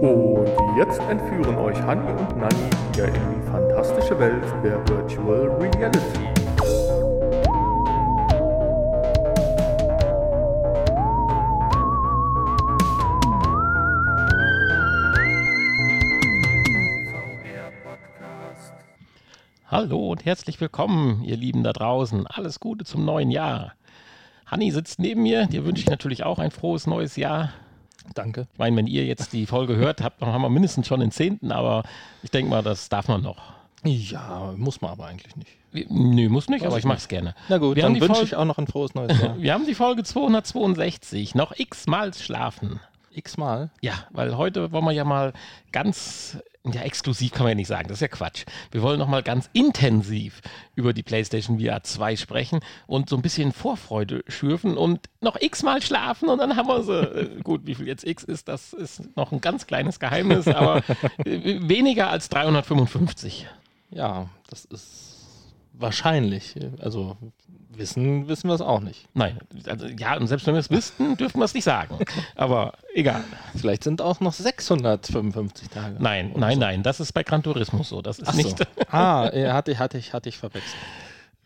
Und jetzt entführen euch Hanni und Nanni wieder in die fantastische Welt der Virtual Reality. Hallo und herzlich willkommen, ihr Lieben da draußen. Alles Gute zum neuen Jahr. Hanni sitzt neben mir. Dir wünsche ich natürlich auch ein frohes neues Jahr. Danke. Ich meine, wenn ihr jetzt die Folge hört, habt, dann haben wir mindestens schon den 10., aber ich denke mal, das darf man noch. Ja, muss man aber eigentlich nicht. Wir- Nö, muss nicht, Weiß aber ich ich mache es gerne. Na gut, wir haben dann die wünsche Folge- ich auch noch ein frohes neues Jahr. Wir haben die Folge 262, noch x-mal schlafen. X-mal. Ja, weil heute wollen wir ja mal ganz, ja, exklusiv kann man ja nicht sagen, das ist ja Quatsch. Wir wollen nochmal ganz intensiv über die PlayStation VR 2 sprechen und so ein bisschen Vorfreude schürfen und noch x-mal schlafen und dann haben wir sie. Äh, Gut, wie viel jetzt x ist, das ist noch ein ganz kleines Geheimnis, aber äh, weniger als 355. Ja, das ist wahrscheinlich. Also wissen, wissen wir es auch nicht. Nein, also ja, und selbst wenn wir es wüssten, dürfen wir es nicht sagen. Aber egal. Vielleicht sind auch noch 655 Tage. Nein, Oder nein, so. nein, das ist bei Gran Turismo so. Das ist Ach so. nicht. Ah, äh, hatte ich, hatte ich, hatte ich verwechselt.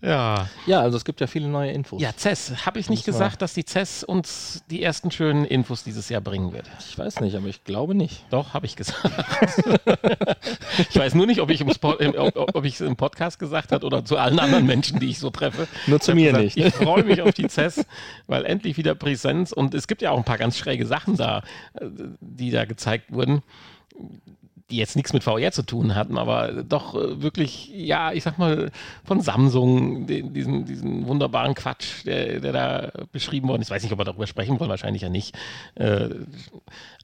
Ja. Ja, also es gibt ja viele neue Infos. Ja, CES. Habe ich nicht Muss man- gesagt, dass die CES uns die ersten schönen Infos dieses Jahr bringen wird? Ich weiß nicht, aber ich glaube nicht. Doch, habe ich gesagt. ich weiß nur nicht, ob ich es im, Spo- im, ob, ob ich's im Podcast gesagt habe oder zu allen anderen Menschen, die ich so treffe. Nur zu Ich hab mir gesagt, nicht, ne? Ich freue mich auf die CES, weil endlich wieder Präsenz und es gibt ja auch ein paar ganz schräge Sachen da, äh, die da gezeigt wurden, die jetzt nichts mit VR zu tun hatten, aber doch äh, wirklich, ja, ich sag mal, von Samsung, den, diesen, diesen wunderbaren Quatsch, der, der da beschrieben worden ist. Ich weiß nicht, ob wir darüber sprechen wollen, wahrscheinlich ja nicht. Äh,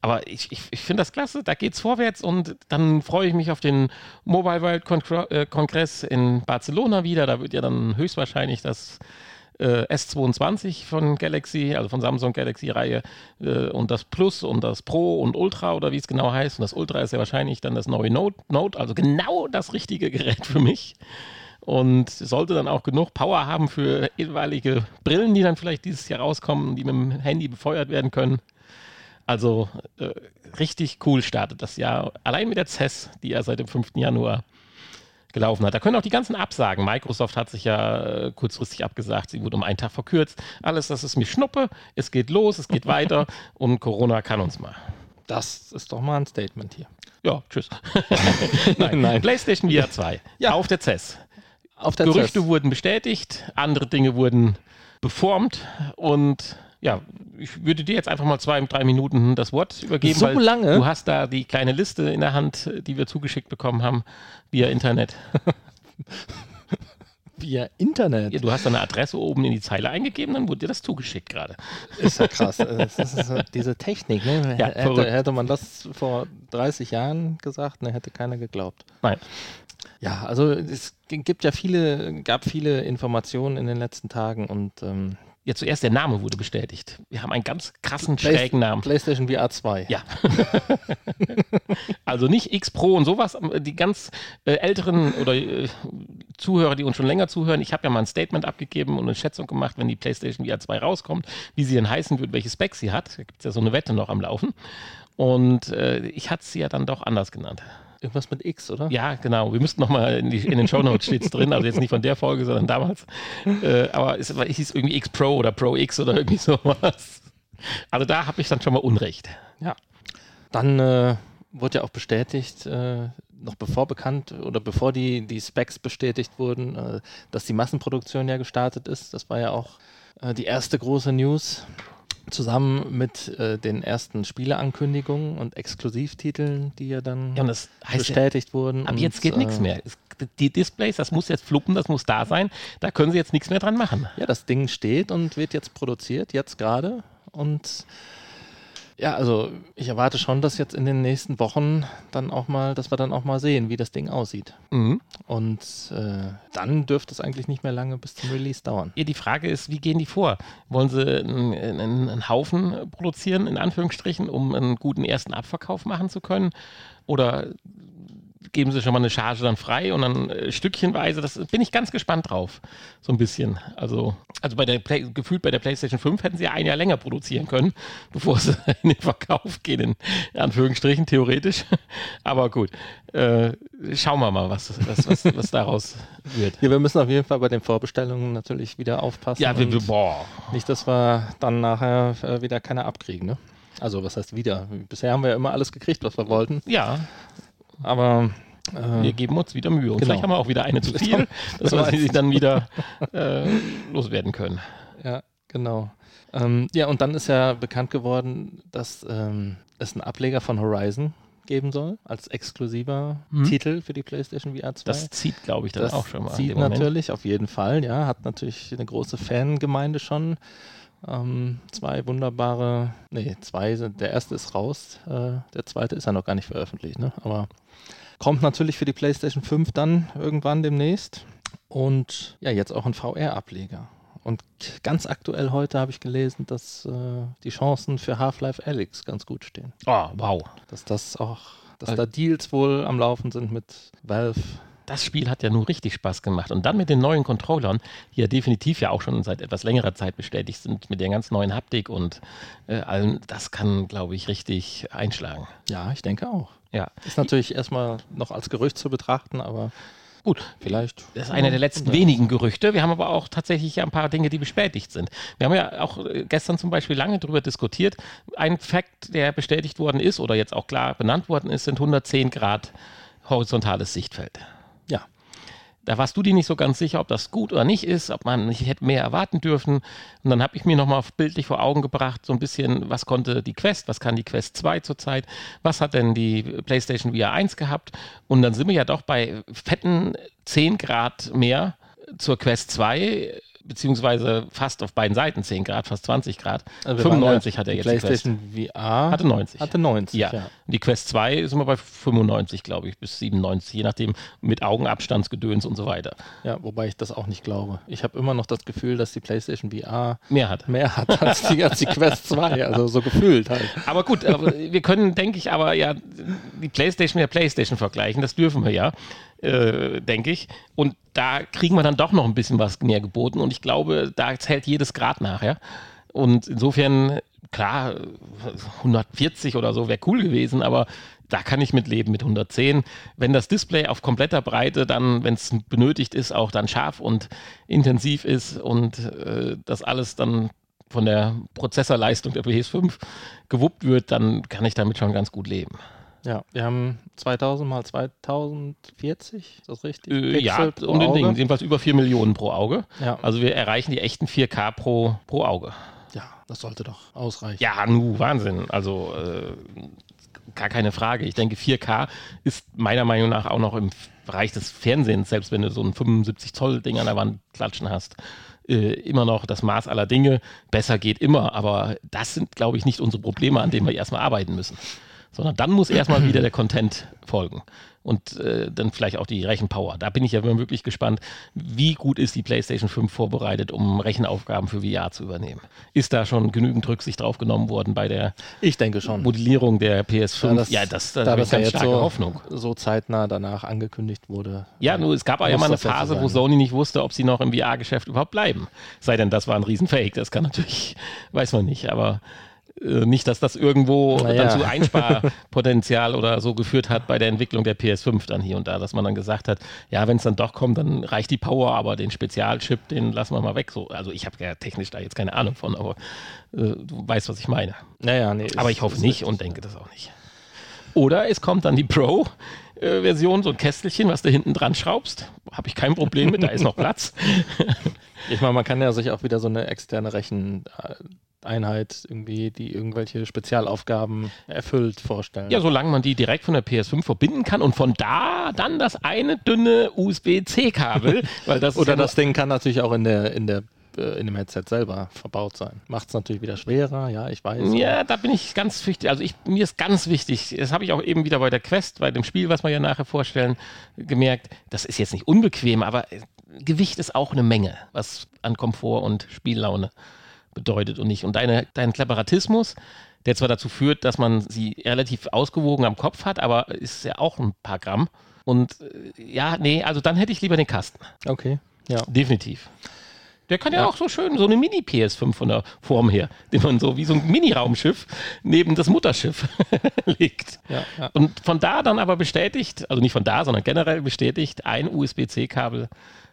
aber ich, ich, ich finde das klasse, da geht's vorwärts und dann freue ich mich auf den Mobile World Congre- äh, Kongress in Barcelona wieder. Da wird ja dann höchstwahrscheinlich das äh, S22 von Galaxy, also von Samsung Galaxy-Reihe äh, und das Plus und das Pro und Ultra oder wie es genau heißt. Und das Ultra ist ja wahrscheinlich dann das neue Note, Note also genau das richtige Gerät für mich. Und sollte dann auch genug Power haben für jeweilige Brillen, die dann vielleicht dieses Jahr rauskommen, die mit dem Handy befeuert werden können. Also äh, richtig cool startet das Jahr. Allein mit der CES, die ja seit dem 5. Januar gelaufen hat. Da können auch die ganzen Absagen. Microsoft hat sich ja äh, kurzfristig abgesagt, sie wurde um einen Tag verkürzt. Alles, das ist mir Schnuppe. Es geht los, es geht weiter und Corona kann uns mal. Das ist doch mal ein Statement hier. Ja, tschüss. Nein. Nein. PlayStation VR 2 Ja. auf der CES. Auf der Gerüchte CES. wurden bestätigt, andere Dinge wurden beformt und ja, ich würde dir jetzt einfach mal zwei, drei Minuten das Wort übergeben. So weil lange? Du hast da die kleine Liste in der Hand, die wir zugeschickt bekommen haben via Internet. via Internet. Ja, du hast deine Adresse oben in die Zeile eingegeben, dann wurde dir das zugeschickt gerade. Ist ja krass. Also Das ist, das ist, diese Technik, ne? Ja, verrückt. hätte, hätte man das vor 30 Jahren gesagt, ne, hätte keiner geglaubt. Nein. Ja, also es g- gibt ja viele, gab viele Informationen in den letzten Tagen und ähm, Ja, zuerst der Name wurde bestätigt. Wir haben einen ganz krassen, Play- schrägen Namen. PlayStation VR 2. Ja. also nicht X Pro und sowas. Die ganz äh, älteren oder äh, Zuhörer, die uns schon länger zuhören, ich habe ja mal ein Statement abgegeben und eine Schätzung gemacht, wenn die PlayStation VR 2 rauskommt, wie sie denn heißen wird, welche Specs sie hat. Da gibt es ja so eine Wette noch am Laufen. Und äh, ich hatte sie ja dann doch anders genannt. Irgendwas mit X, oder? Ja, genau. Wir müssten nochmal in, die- in den Shownotes steht es drin, also jetzt nicht von der Folge, sondern damals. Äh, aber es, war- es hieß irgendwie X Pro oder Pro X oder irgendwie sowas. Also da habe ich dann schon mal Unrecht. Dann äh, wurde ja auch bestätigt, äh, noch bevor bekannt oder bevor die, die Specs bestätigt wurden, äh, dass die Massenproduktion ja gestartet ist. Das war ja auch äh, die erste große News. Zusammen mit äh, den ersten Spieleankündigungen und Exklusivtiteln, die ja dann Ja, und das heißt ja, bestätigt wurden. ab und, jetzt geht nichts äh, mehr. Es, die Displays, das muss jetzt fluppen, das muss da sein. Da können sie jetzt nichts mehr dran machen. Ja, das Ding steht und wird jetzt produziert, jetzt gerade. Und ja, also ich erwarte schon, dass jetzt in den nächsten Wochen dann auch mal, dass wir dann auch mal sehen, wie das Ding aussieht. Und äh, dann dürfte es eigentlich nicht mehr lange bis zum Release dauern. Ja, die Frage ist, wie gehen die vor? Wollen sie einen, einen, einen Haufen produzieren, in Anführungsstrichen, um einen guten ersten Abverkauf machen zu können? Oder geben sie schon mal eine Charge dann frei und dann äh, stückchenweise, das bin ich ganz gespannt drauf. So ein bisschen. Also, also bei der Play, gefühlt bei der PlayStation 5 hätten sie ja ein Jahr länger produzieren können, bevor sie in den Verkauf gehen, in Anführungsstrichen, theoretisch. Aber gut, äh, schauen wir mal, was, was, was, was daraus wird. Ja, wir müssen auf jeden Fall bei den Vorbestellungen natürlich wieder aufpassen. Ja, wir, und boah. nicht, dass wir dann nachher äh, wieder keine abkriegen. Ne? Also was heißt wieder? Bisher haben wir ja immer alles gekriegt, was wir wollten. Ja, Aber wir äh, geben uns wieder Mühe. Und Genau. vielleicht haben wir auch wieder eine zu viel, dass wir Wer sie weiß. dann wieder äh, loswerden können. ja, genau. Ähm, ja, und dann ist ja bekannt geworden, dass ähm, es einen Ableger von Horizon geben soll, als exklusiver Mhm. Titel für die PlayStation VR 2. Das zieht, glaube ich, dann auch schon mal. in Zieht dem Moment. natürlich, auf jeden Fall, ja. Hat natürlich eine große Fangemeinde schon. Ähm, zwei wunderbare, nee, zwei sind, der erste ist raus, äh, der zweite ist ja noch gar nicht veröffentlicht, ne? Aber kommt natürlich für die PlayStation 5 dann irgendwann demnächst. Und ja, jetzt auch ein VR-Ableger. Und ganz aktuell heute habe ich gelesen, dass äh, die Chancen für Half-Life Alyx ganz gut stehen. Oh, wow. Dass das auch, dass Weil- da Deals wohl am Laufen sind mit Valve. Das Spiel hat ja nun richtig Spaß gemacht. Und dann mit den neuen Controllern, die ja definitiv ja auch schon seit etwas längerer Zeit bestätigt sind, mit der ganz neuen Haptik und äh, allem, das kann, glaube ich, richtig einschlagen. Ja, ich denke auch. Ja, Ist natürlich erstmal noch als Gerücht zu betrachten, aber gut. vielleicht. Das ist einer der letzten wenigen Gerüchte. Wir haben aber auch tatsächlich ja ein paar Dinge, die bestätigt sind. Wir haben ja auch äh, gestern zum Beispiel lange darüber diskutiert. Ein Fakt, der bestätigt worden ist oder jetzt auch klar benannt worden ist, sind 110 Grad horizontales Sichtfeld. Ja. Da warst du dir nicht so ganz sicher, ob das gut oder nicht ist, ob man nicht hätte mehr erwarten dürfen. Und dann habe ich mir nochmal bildlich vor Augen gebracht, so ein bisschen, was konnte die Quest, was kann die Quest 2 zurzeit, was hat denn die PlayStation VR 1 gehabt. Und dann sind wir ja doch bei fetten 10 Grad mehr zur Quest 2, beziehungsweise fast auf beiden Seiten 10 Grad, fast 20 Grad. Also wir waren 95 ja- hat er die jetzt die Quest. PlayStation VR Hatte 90. hatte 90. Ja. ja. Und die Quest 2 sind wir bei 95, glaube ich, bis 97, je nachdem, mit Augenabstandsgedöns und so weiter. Ja, wobei ich das auch nicht glaube. Ich habe immer noch das Gefühl, dass die PlayStation VR Mehr hat. mehr hat als die, als die Quest 2. Also so gefühlt halt. Aber gut, aber wir können, denke ich, aber ja die Playstation mit der Playstation vergleichen. Das dürfen wir ja, äh, denke ich. Und da kriegen wir dann doch noch ein bisschen was mehr geboten. Und ich glaube, da zählt jedes Grad nachher. Und insofern, klar, 140 oder so wäre cool gewesen, aber da kann ich mitleben mit 110. Wenn das Display auf kompletter Breite dann, wenn es benötigt ist, auch dann scharf und intensiv ist und äh, das alles dann von der Prozessorleistung der PS5 gewuppt wird, dann kann ich damit schon ganz gut leben. Ja, wir haben 2000 mal 2040, ist das richtig? Äh, ja, Pixel pro um den Ding, Auge. jedenfalls über 4 Millionen pro Auge. Ja. Also wir erreichen die echten 4K pro, pro Auge. ja, das sollte doch ausreichen. Ja, nu, Wahnsinn. Also äh, gar keine Frage. Ich denke, 4K ist meiner Meinung nach auch noch im Bereich des Fernsehens, selbst wenn du so ein 75-Zoll-Ding an der Wand klatschen hast, äh, immer noch das Maß aller Dinge. Besser geht immer, aber das sind, glaube ich, nicht unsere Probleme, an denen wir erstmal arbeiten müssen. Sondern dann muss erstmal wieder der Content folgen. Und äh, dann vielleicht auch die Rechenpower. Da bin ich ja immer wirklich gespannt, wie gut ist die PlayStation 5 vorbereitet, um Rechenaufgaben für VR zu übernehmen. Ist da schon genügend Rücksicht drauf genommen worden bei der Ich denke schon. Modellierung der PS5. Da um- ja, das, da habe ich das ja ganz jetzt starke so, Hoffnung. so zeitnah danach angekündigt wurde. Ja, nur es gab auch ja Muss mal eine das ja so Phase, wo sein. ne? Sony nicht wusste, ob sie noch im VR-Geschäft überhaupt bleiben. Sei denn, das war ein Riesenfake. Das kann natürlich, weiß man nicht, aber äh, nicht, dass das irgendwo Naja. dann zu Einsparpotenzial oder so geführt hat bei der Entwicklung der PS5 dann hier und da, dass man dann gesagt hat, ja, wenn es dann doch kommt, dann reicht die Power, aber den Spezialchip, den lassen wir mal weg. So, also ich habe ja technisch da jetzt keine Ahnung von, aber äh, du weißt, was ich meine. Naja, nee, Aber ist- ich hoffe ist nicht und denke das auch nicht. Oder es kommt dann die Pro-Version, so ein Kästelchen, was du hinten dran schraubst. Habe ich kein Problem mit, da ist noch Platz. Ich meine, man kann ja sich auch wieder so eine externe Recheneinheit irgendwie, die irgendwelche Spezialaufgaben erfüllt, vorstellen. Ja, solange man die direkt von der PS5 verbinden kann und von da dann das eine dünne USB-C-Kabel, weil das ist Oder ja das Ding kann natürlich auch in der, in der äh, in dem Headset selber verbaut sein. Macht es natürlich wieder schwerer, ja, ich weiß. Ja, da bin ich ganz wichtig. Also ich, mir ist ganz wichtig, das habe ich auch eben wieder bei der Quest, bei dem Spiel, was wir ja nachher vorstellen, gemerkt, das ist jetzt nicht unbequem, aber äh, Gewicht ist auch eine Menge, was an Komfort und Spiellaune bedeutet und nicht. Und deine, dein Klapperatismus, der zwar dazu führt, dass man sie relativ ausgewogen am Kopf hat, aber ist ja auch ein paar Gramm. Und äh, ja, nee, also dann hätte ich lieber den Kasten. Okay. Ja. Definitiv. Der kann ja, Ja. auch so schön so eine Mini-PS5 von der Form her, den man so wie so ein Mini-Raumschiff neben das Mutterschiff legt. Ja, ja. Und von da dann aber bestätigt, also nicht von da, sondern generell bestätigt, ein USB-C-Kabel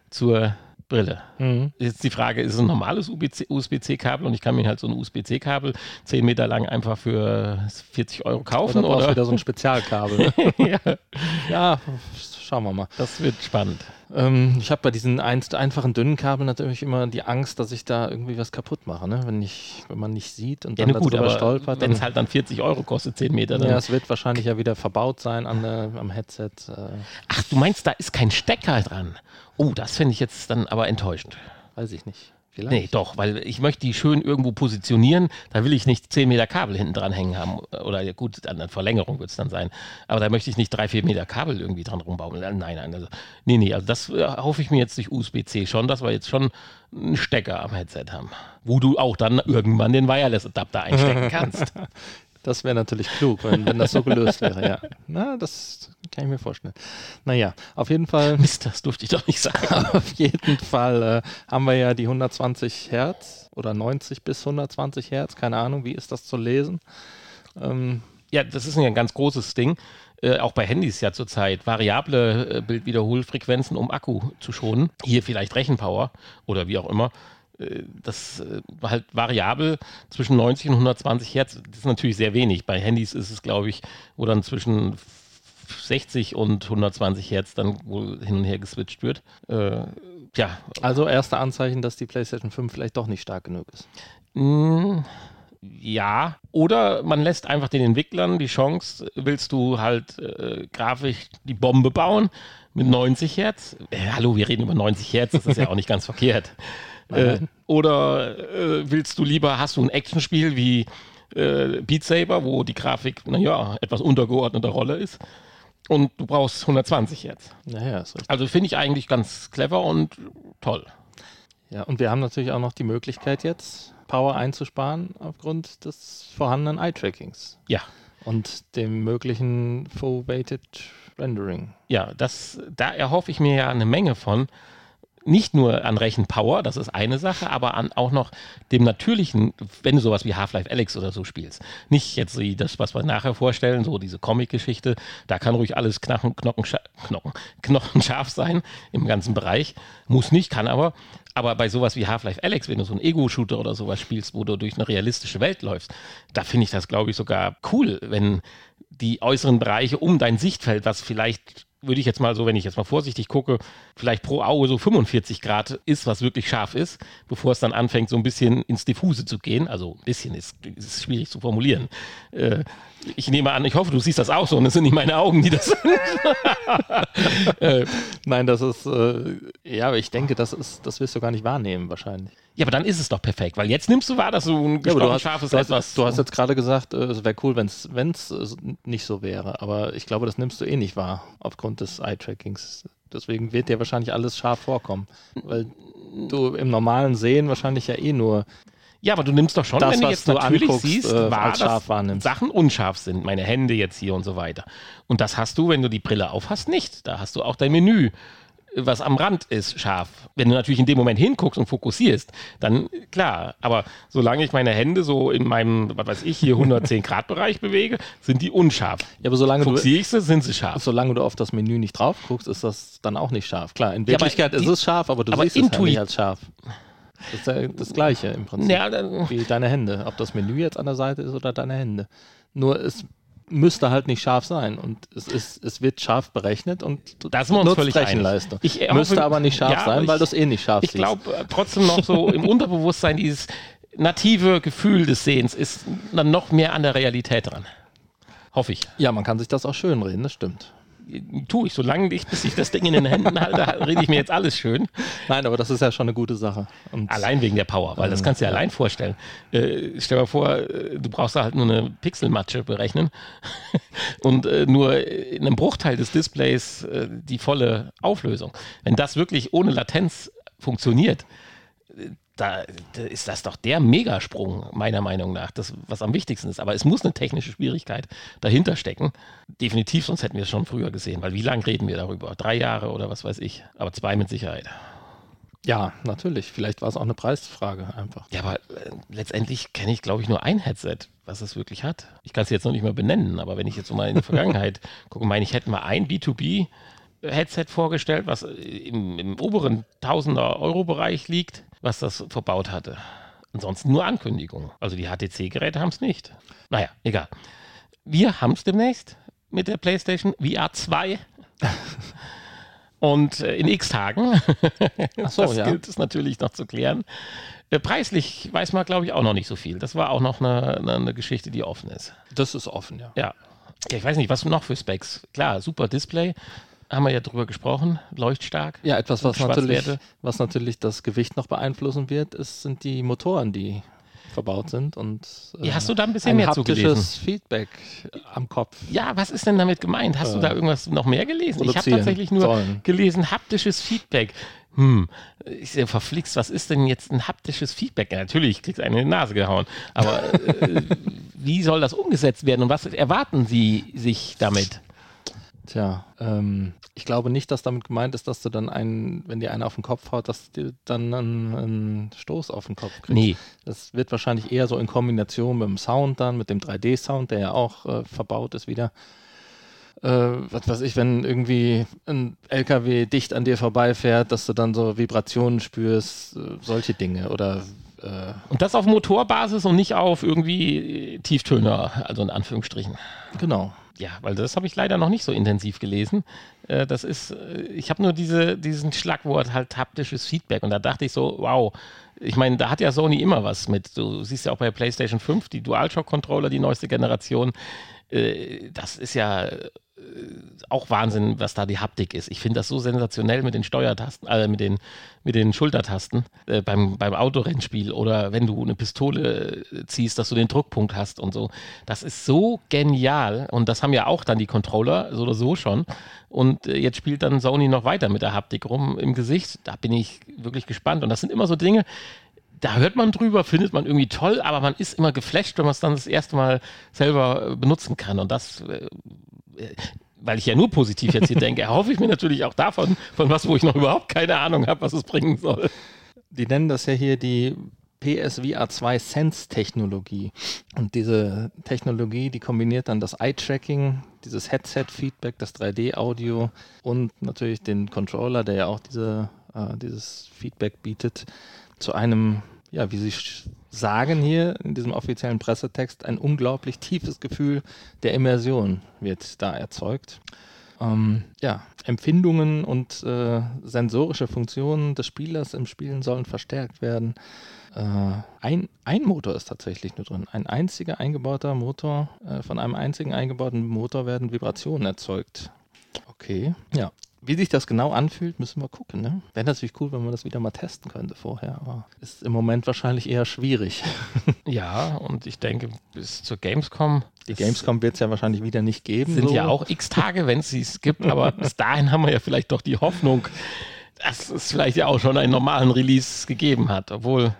zur Brille. Mhm. Jetzt die Frage, ist es ein normales USB-C-Kabel und ich kann mir halt so ein USB-C-Kabel 10 Meter lang einfach für 40 Euro Oder kaufen? brauchst du Oder wieder so ein Spezialkabel. ja, ja, schauen wir mal. das wird spannend. Ähm, ich habe bei diesen einst einfachen dünnen Kabeln natürlich immer die Angst, dass ich da irgendwie was kaputt mache, ne? wenn, ich, wenn man nicht sieht und Ja, dann nur gut, darüber aber stolpert. wenn Dann, es halt dann 40 Euro kostet, 10 Meter, dann ja, es wird wahrscheinlich ja wieder verbaut sein an der, am Headset. Äh, Ach, du meinst, da ist kein Stecker dran? Oh, das finde ich jetzt dann aber enttäuschend. weiß ich nicht. Vielleicht. Nee, doch, weil ich möchte die schön irgendwo positionieren. Da will ich nicht 10 Meter Kabel hinten dran hängen haben. Oder ja, gut, an der Verlängerung wird es dann sein. Aber da möchte ich nicht 3, 4 Meter Kabel irgendwie dran rumbaumeln. Nein, nein. Also, nee, nee, also das äh, hoffe ich mir jetzt durch USB-C schon, dass wir jetzt schon einen Stecker am Headset haben. Wo du auch dann irgendwann den Wireless-Adapter einstecken kannst. Das wäre natürlich klug, wenn, wenn das so gelöst wäre, ja. Na, das kann ich mir vorstellen. Naja, auf jeden Fall, Mist, das durfte ich doch nicht sagen. auf jeden Fall äh, haben wir ja die 120 Hertz oder 90 bis 120 Hertz, keine Ahnung, wie ist das zu lesen? Ähm, Ja, das ist ja ein ganz großes Ding. Äh, auch bei Handys ja zurzeit. Variable äh, Bildwiederholfrequenzen, um Akku zu schonen. Hier vielleicht Rechenpower oder wie auch immer. Äh, Das äh, halt variabel zwischen 90 und 120 Hertz, das ist natürlich sehr wenig. Bei Handys ist es, glaube ich, wo dann zwischen 60 und 120 Hertz dann wohl hin und her geswitcht wird. Äh, ja, also erste Anzeichen, dass die PlayStation 5 vielleicht doch nicht stark genug ist. Mm, Ja, oder man lässt einfach den Entwicklern die Chance, willst du halt äh, grafisch die Bombe bauen mit 90 Hertz? Äh, hallo, wir reden über 90 Hertz, das ist ja auch nicht ganz verkehrt. Äh, oder äh, willst du lieber, hast du ein Actionspiel wie äh, Beat Saber, wo die Grafik, naja, etwas untergeordneter Rolle ist und du brauchst 120 Hertz. Naja, ist richtig. Also finde ich eigentlich ganz clever und toll. Ja, und wir haben natürlich auch noch die Möglichkeit jetzt, Power einzusparen aufgrund des vorhandenen Eye-Trackings Ja. und dem möglichen Full-Weighted Rendering. Ja, das, da erhoffe ich mir ja eine Menge von. Nicht nur an Rechenpower, das ist eine Sache, aber an auch noch dem natürlichen, wenn du sowas wie Half-Life Alex oder so spielst. Nicht jetzt wie das, was wir nachher vorstellen, so diese Comic-Geschichte, da kann ruhig alles knacken, knocken, scha- knochen, knochen scharf sein im ganzen Bereich. Muss nicht, kann aber. Aber bei sowas wie Half-Life Alex, wenn du so einen Ego-Shooter oder sowas spielst, wo du durch eine realistische Welt läufst, da finde ich das, glaube ich, sogar cool, wenn die äußeren Bereiche um dein Sichtfeld, was vielleicht, würde ich jetzt mal so, wenn ich jetzt mal vorsichtig gucke, vielleicht pro Auge so 45 Grad ist, was wirklich scharf ist, bevor es dann anfängt, so ein bisschen ins Diffuse zu gehen. Also ein bisschen ist, ist schwierig zu formulieren. Äh, ich nehme an, ich hoffe, du siehst das auch so und es sind nicht meine Augen, die das. Nein, das ist, äh, ja, aber ich denke, das ist, das wirst du gar nicht wahrnehmen wahrscheinlich. ja, aber dann ist es doch perfekt, weil jetzt nimmst du wahr, dass du ein Ja, aber gestochen du hast, scharfes du etwas. hast, du hast jetzt gerade gesagt, äh, es wäre cool, wenn es nicht so wäre, aber ich glaube, das nimmst du eh nicht wahr aufgrund des Eye-Trackings. Deswegen wird dir wahrscheinlich alles scharf vorkommen, weil du im normalen Sehen wahrscheinlich ja eh nur Ja, aber du nimmst doch schon, Das, wenn du was jetzt du natürlich anguckst, siehst, äh, wahr, als scharf dass wahrnimmst. Sachen unscharf sind, meine Hände jetzt hier und so weiter. Und das hast du, wenn du die Brille aufhast, nicht. Da hast du auch dein Menü, äh, was am Rand ist, scharf. Wenn du natürlich in dem Moment hinguckst und fokussierst, dann äh, klar. Aber solange ich meine Hände so in meinem, was weiß ich, hier 110 Grad Bereich bewege, sind die unscharf. Ja, aber solange Also du, Also Fokussiere ich sie, sind sie scharf. solange du auf das Menü nicht drauf guckst, ist das dann auch nicht scharf. Klar, in Ja, aber Wirklichkeit ist die- es scharf, aber du aber siehst es halt intuit- nicht als scharf. Das ist ja das Gleiche im Prinzip. Ja, dann, Wie deine Hände. Ob das Menü jetzt an der Seite ist oder deine Hände. Nur es müsste halt nicht scharf sein. Und es, ist, es wird scharf berechnet und du Da sind wir uns nutzt völlig einig. Rechenleistung. Ich äh, hoffe- müsste aber nicht scharf Ja, sein, weil ich- du es eh nicht scharf ich siehst. glaube trotzdem noch so im Unterbewusstsein dieses native Gefühl des Sehens ist dann noch mehr an der Realität dran. Hoffe ich. Ja, man kann sich das auch schönreden, das stimmt. Tue ich, solange ich, bis ich das Ding in den Händen halte, rede ich mir jetzt alles schön. Nein, aber das ist ja schon eine gute Sache. Und Allein wegen der Power, weil das kannst du dir allein vorstellen. Äh, stell dir mal vor, äh, du brauchst da halt nur eine Pixelmatsche berechnen und äh, nur in einem Bruchteil des Displays äh, die volle Auflösung. Wenn das wirklich ohne Latenz funktioniert, äh, da, da ist das doch der Megasprung, meiner Meinung nach, das, was am wichtigsten ist. Aber es muss eine technische Schwierigkeit dahinter stecken. Definitiv, sonst hätten wir es schon früher gesehen, weil wie lange reden wir darüber? Drei Jahre oder was weiß ich. Aber zwei mit Sicherheit. Ja, natürlich. Vielleicht war es auch eine Preisfrage einfach. Ja, aber äh, letztendlich kenne ich, glaube ich, nur ein Headset, was es wirklich hat. Ich kann es jetzt noch nicht mal benennen, aber wenn ich jetzt so mal in die Vergangenheit gucke, meine ich, hätten wir ein B2B-Headset vorgestellt, was äh, im, im oberen Tausender-Euro-Bereich liegt, was das verbaut hatte. Ansonsten nur Ankündigungen. Also die HTC-Geräte haben es nicht. Naja, egal. Wir haben es demnächst mit der PlayStation VR 2. Und äh, in x Tagen, Ach so, das ja. gilt es natürlich noch zu klären. Äh, Preislich weiß man, glaube ich, auch noch nicht so viel. Das war auch noch eine, eine, eine Geschichte, die offen ist. Das ist offen, ja. Ja. ja, ich weiß nicht, was noch für Specs. Klar, super Display, haben wir ja drüber gesprochen, leuchtstark. Ja, etwas, was Schwarz natürlich, werde. was natürlich das Gewicht noch beeinflussen wird, ist, sind die Motoren, die verbaut sind. Und äh, Ja, hast du da ein bisschen ein mehr zugelesen? haptisches Feedback am Kopf. Ja, was ist denn damit gemeint? Hast du Äh, da irgendwas noch mehr gelesen? Ich habe produzieren tatsächlich nur sollen. gelesen, haptisches Feedback. Hm, ich sehe verflixt, was ist denn jetzt ein haptisches Feedback? Ja, natürlich, kriegst einen in die Nase gehauen. Aber äh, wie soll das umgesetzt werden und was erwarten Sie sich damit? Tja, ähm, ich glaube nicht, dass damit gemeint ist, dass du dann einen, wenn dir einer auf den Kopf haut, dass du dann einen, einen Stoß auf den Kopf kriegst. Nee, Das wird wahrscheinlich eher so in Kombination mit dem Sound dann, mit dem 3D-Sound, der ja auch äh, verbaut ist wieder. Äh, was weiß ich, wenn irgendwie ein LKW dicht an dir vorbeifährt, dass du dann so Vibrationen spürst, äh, solche Dinge oder äh, und das auf Motorbasis und nicht auf irgendwie äh, Tieftöner, also in Anführungsstrichen. genau. Ja, weil das habe ich leider noch nicht so intensiv gelesen. Äh, das ist, äh, ich habe nur diese, diesen Schlagwort halt haptisches Feedback und da dachte ich so, wow. Ich meine, da hat ja Sony immer was mit. Du siehst ja auch bei PlayStation 5 die DualShock-Controller, die neueste Generation. Äh, das ist ja äh, auch Wahnsinn, was da die Haptik ist. Ich finde das so sensationell mit den Steuertasten, äh, mit den, mit den Schultertasten äh, beim, beim Autorennspiel oder wenn du eine Pistole äh, ziehst, dass du den Druckpunkt hast und so. Das ist so genial und das haben ja auch dann die Controller so oder so schon. Und äh, jetzt spielt dann Sony noch weiter mit der Haptik rum im Gesicht. Da bin ich wirklich gespannt und das sind immer so Dinge, da hört man drüber, findet man irgendwie toll, aber man ist immer geflasht, wenn man es dann das erste Mal selber äh, benutzen kann. Und das äh, weil ich ja nur positiv jetzt hier denke, erhoffe ich mir natürlich auch davon, von was, wo ich noch überhaupt keine Ahnung habe, was es bringen soll. Die nennen das ja hier die PSVR2 Sense-Technologie. Und diese Technologie, die kombiniert dann das Eye-Tracking, dieses Headset-Feedback, das 3D-Audio und natürlich den Controller, der ja auch diese, äh, dieses Feedback bietet, zu einem, ja, wie sie sch- sagen hier in diesem offiziellen Pressetext, ein unglaublich tiefes Gefühl der Immersion wird da erzeugt ähm, ja, Empfindungen und äh, sensorische Funktionen des Spielers im Spielen sollen verstärkt werden. Äh, ein, ein Motor ist tatsächlich nur drin. Ein einziger eingebauter Motor, äh, von einem einzigen eingebauten Motor werden Vibrationen erzeugt. Okay, ja. Wie sich das genau anfühlt, müssen wir gucken. Ne? Wäre natürlich cool, wenn man das wieder mal testen könnte vorher, aber ist im Moment wahrscheinlich eher schwierig. Ja, und ich denke, bis zur Gamescom. Die Gamescom wird es ja wahrscheinlich wieder nicht geben. sind so. ja auch x Tage, wenn es sie gibt, aber bis dahin haben wir ja vielleicht doch die Hoffnung, dass es vielleicht ja auch schon einen normalen Release gegeben hat, obwohl.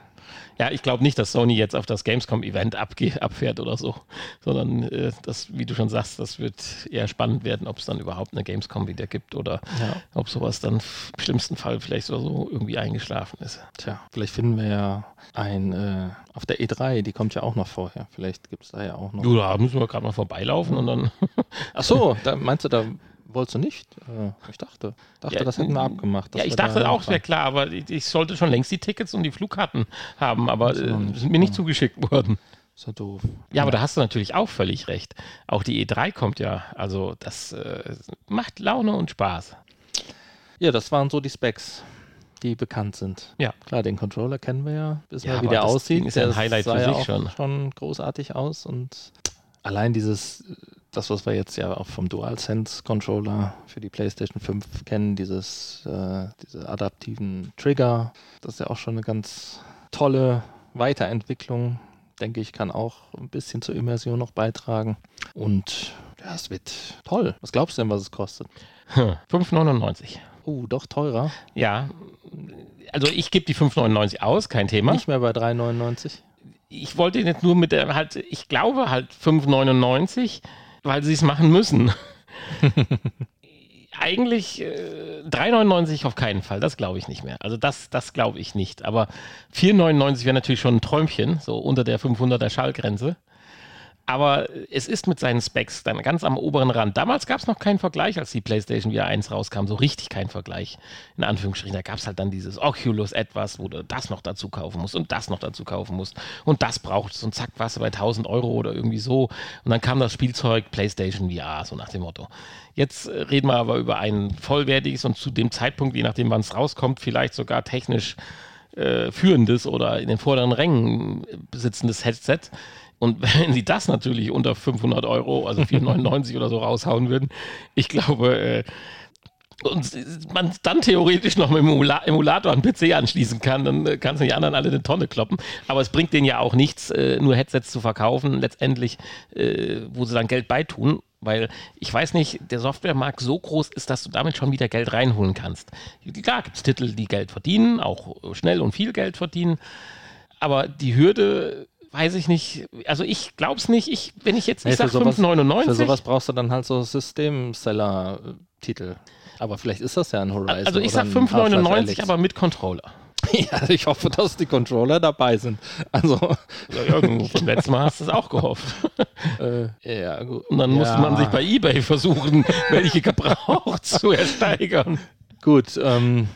Ja, ich glaube nicht, dass Sony jetzt auf das Gamescom-Event abge- abfährt oder so, sondern äh, das, wie du schon sagst, das wird eher spannend werden, ob es dann überhaupt eine Gamescom wieder gibt oder Ja. ob sowas dann f- im schlimmsten Fall vielleicht so- so irgendwie eingeschlafen ist. Tja, vielleicht finden wir ja ein äh, auf der E3, die kommt ja auch noch vorher. Vielleicht gibt es da ja auch noch. Du, da müssen wir gerade mal vorbeilaufen und dann. Ach so, da meinst du, da wolltest du nicht? Äh, ich dachte, dachte, Ja, das hätten wir abgemacht. ja, dass ich wir da dachte auch, hinfahren. wäre klar, aber ich, ich sollte schon längst die Tickets und die Flugkarten haben, aber Ist äh, noch nicht, sind mir nicht ja. zugeschickt worden. Ist ja doof. Ja, aber da hast du natürlich auch völlig recht. Auch die E3 kommt ja. Also das äh, macht Laune und Spaß. Ja, das waren so die Specs, die bekannt sind. Ja. Klar, den Controller kennen wir ja, bis Ja, wir, wie aber der das aussieht. Ding ist ja ein Der Highlight sah für ja sich auch schon. schon großartig aus und allein dieses, äh, das, was wir jetzt ja auch vom DualSense-Controller für die PlayStation 5 kennen, dieses, äh, diese adaptiven Trigger, das ist ja auch schon eine ganz tolle Weiterentwicklung, denke ich, kann auch ein bisschen zur Immersion noch beitragen. Und ja, es wird toll. Was glaubst du denn, was es kostet? 5,99. Uh, doch teurer. Hm. Ja, also ich gebe die 5,99 aus, kein Thema. Nicht mehr bei 3,99. Ich wollte jetzt nur mit der halt, ich glaube halt 5,99, weil sie es machen müssen. Eigentlich äh, 3,99 auf keinen Fall, das glaube ich nicht mehr. Also das, das glaube ich nicht. Aber 4,99 wäre natürlich schon ein Träumchen, so unter der 500er Schallgrenze. Aber es ist mit seinen Specs dann ganz am oberen Rand. Damals gab es noch keinen Vergleich, als die PlayStation VR 1 rauskam. So richtig kein Vergleich. In Anführungsstrichen, da gab es halt dann dieses Oculus etwas, wo du das noch dazu kaufen musst und das noch dazu kaufen musst und das braucht es und zack, warst du bei 1000 Euro oder irgendwie so. Und dann kam das Spielzeug PlayStation VR, so nach dem Motto. Jetzt äh, reden wir aber über ein vollwertiges und zu dem Zeitpunkt, je nachdem wann es rauskommt, vielleicht sogar technisch äh, führendes oder in den vorderen Rängen besitzendes Headset. Und wenn sie das natürlich unter 500 Euro, also 4,99 oder so raushauen würden, ich glaube, äh, und man dann theoretisch noch mit dem Emula- Emulator an den PC anschließen kann, dann äh, kannst du die anderen alle in eine Tonne kloppen. Aber es bringt denen ja auch nichts, äh, nur Headsets zu verkaufen, letztendlich, äh, wo sie dann Geld beitun. Weil ich weiß nicht, der Softwaremarkt so groß ist, dass du damit schon wieder Geld reinholen kannst. Klar gibt es Titel, die Geld verdienen, auch äh, schnell und viel Geld verdienen. Aber die Hürde, weiß ich nicht, also ich glaube es nicht. Ich, wenn ich jetzt, ich Nee, sag für sowas- Für 5,99. sowas brauchst du dann halt so System-Seller-Titel. Aber vielleicht ist das ja ein Horizon. Also ich sag oder ein Half-Life 5,99, Alyx. aber mit Controller. Ja, ich hoffe, dass die Controller dabei sind. Also, Ja, Jürgen, beim letzten Mal hast du es auch gehofft. äh, ja, gut. Und dann ja, musste man sich bei Ebay versuchen, welche gebraucht zu ersteigern. Gut, ähm,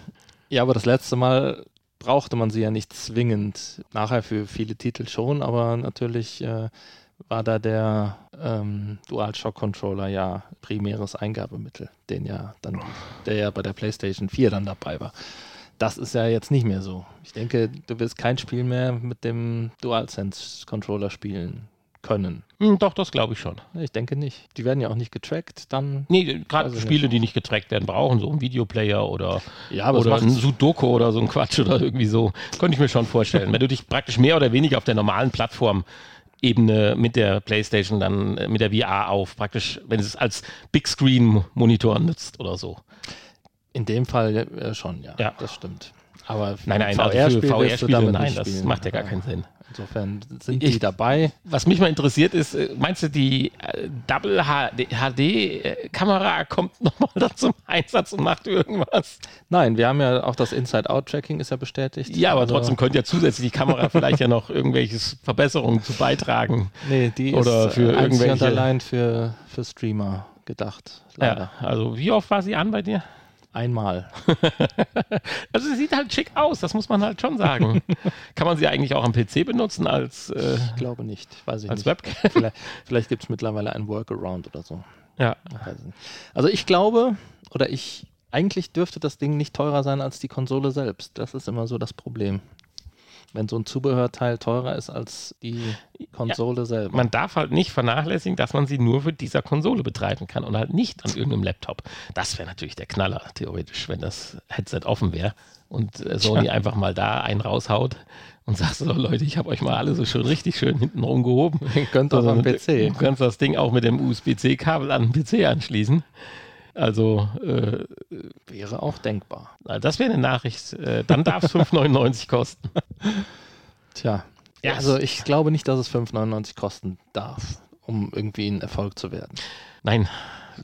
ja, aber das letzte Mal brauchte man sie ja nicht zwingend. Nachher für viele Titel schon, aber natürlich äh, war da der ähm, DualShock-Controller ja primäres Eingabemittel, den ja dann, der ja bei der PlayStation 4 dann dabei war. Das ist ja jetzt nicht mehr so. Ich denke, du wirst kein Spiel mehr mit dem DualSense-Controller spielen können. Hm, doch, das glaube ich schon. Ich denke nicht. Die werden ja auch nicht getrackt, dann. Nee, gerade Also Spiele, die nicht getrackt werden, brauchen so einen Videoplayer oder, Ja, oder macht's- ein Sudoku oder so ein Quatsch oder irgendwie so. Könnte ich mir schon vorstellen. Wenn du dich praktisch mehr oder weniger auf der normalen Plattform Ebene mit der Playstation dann äh, mit der VR auf, praktisch, wenn du es als Big Screen Monitor nutzt oder so. In dem Fall äh, schon, ja. Ja. Das stimmt. Aber Nein, nein, also für VR-Spiele wirst du VR-Spiele, damit nein, nicht das spielen. macht ja gar keinen Sinn. Insofern sind Ich- die dabei. Was mich mal interessiert ist, äh, meinst du, die äh, Double HD-Kamera äh, kommt nochmal da zum Einsatz und macht irgendwas? Nein, wir haben ja auch das Inside-Out-Tracking ist ja bestätigt. Ja, aber Also, trotzdem könnte ja zusätzlich die Kamera vielleicht ja noch irgendwelches Verbesserungen zu beitragen. Nee, die oder ist für äh, einzig und irgendwelche- allein für, für Streamer gedacht. Leider. Ja, also wie oft war sie an bei dir? Einmal. Also sie sieht halt schick aus, das muss man halt schon sagen. Kann man sie eigentlich auch am PC benutzen als, äh, Ich glaube nicht. Weiß ich als nicht. Webcam? Vielleicht, vielleicht gibt es mittlerweile einen Workaround oder so. Ja. Weiß ich nicht. Also ich glaube, oder ich, eigentlich dürfte das Ding nicht teurer sein als die Konsole selbst. Das ist immer so das Problem. Wenn so ein Zubehörteil teurer ist als die Konsole selber. man darf halt nicht vernachlässigen, dass man sie nur für dieser Konsole betreiben kann und halt nicht an irgendeinem Laptop. Das wäre natürlich der Knaller, theoretisch, wenn das Headset offen wäre und äh, Sony einfach mal da einen raushaut und sagt so, Leute, ich habe euch mal alle so schön richtig schön hinten rumgehoben. Ihr könnt Also auch am Du PC. kannst das Ding auch mit dem USB-C-Kabel an den PC anschließen. Also, äh, Wäre auch denkbar. na, das wäre eine Nachricht. Äh, dann darf es 5,99 kosten. Tja. Ja, Also ich glaube nicht, dass es 5,99 kosten darf, um irgendwie ein Erfolg zu werden. Nein,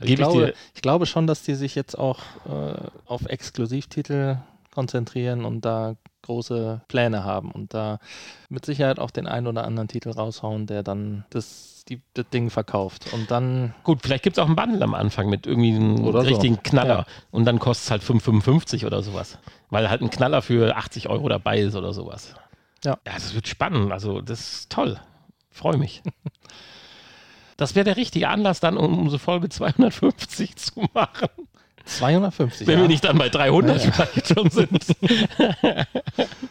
Ich gebe ich glaube, dir. ich, glaube schon, dass die sich jetzt auch äh, auf Exklusivtitel konzentrieren und da große Pläne haben und da mit Sicherheit auch den einen oder anderen Titel raushauen, der dann das, die, das Ding verkauft. Und dann, Gut, vielleicht gibt es auch einen Bundle am Anfang mit irgendwie einem Oder so. richtigen Knaller. Und dann kostet es halt 5,55 oder sowas. Weil halt ein Knaller für 80 Euro dabei ist oder sowas. Ja. ja das wird spannend. Also, das ist toll. Freue mich. Das wäre der richtige Anlass dann, um unsere Folge 250 zu machen. 250. Wenn ja. wir nicht dann bei 300 vielleicht schon sind.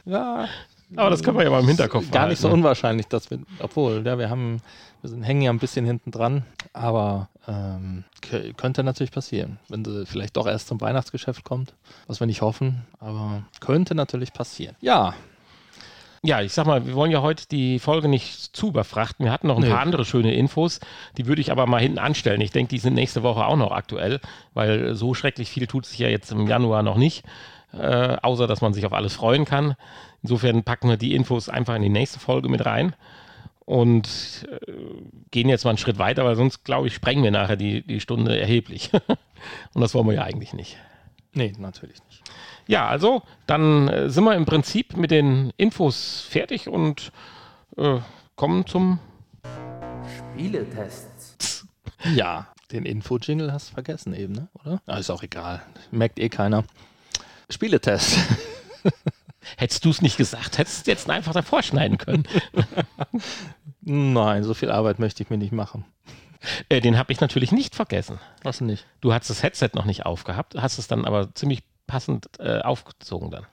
ja, Aber das können wir ja mal im Hinterkopf gar nicht so behalten. unwahrscheinlich, dass wir, obwohl, ja, wir haben, wir sind, hängen ja ein bisschen hinten dran, aber ähm, k- könnte natürlich passieren, wenn sie vielleicht doch erst zum Weihnachtsgeschäft kommt, was wir nicht hoffen, aber könnte natürlich passieren. Ja, Ja, ich sag mal, wir wollen ja heute die Folge nicht zu überfrachten. Wir hatten noch ein Nö. paar andere schöne Infos, die würde ich aber mal hinten anstellen. Ich denke, die sind nächste Woche auch noch aktuell, weil so schrecklich viel tut sich ja jetzt im Januar noch nicht, äh, außer dass man sich auf alles freuen kann. Insofern packen wir die Infos einfach in die nächste Folge mit rein und äh, gehen jetzt mal einen Schritt weiter, weil sonst, glaube ich, sprengen wir nachher die, die Stunde erheblich. und das wollen wir ja eigentlich nicht. Nee, natürlich nicht. Ja, also dann äh, sind wir im Prinzip mit den Infos fertig und äh, kommen zum. Spieletests. Ja, den Info-Jingle hast du vergessen eben, ne? oder? Ah, ist auch egal. Merkt eh keiner. Spieletest. Hättest du es nicht gesagt, hättest du es jetzt einfach davor schneiden können. Nein, so viel Arbeit möchte ich mir nicht machen. äh, den habe ich natürlich nicht vergessen. Was denn nicht? Du hast das Headset noch nicht aufgehabt, hast es dann aber ziemlich passend äh, aufgezogen dann.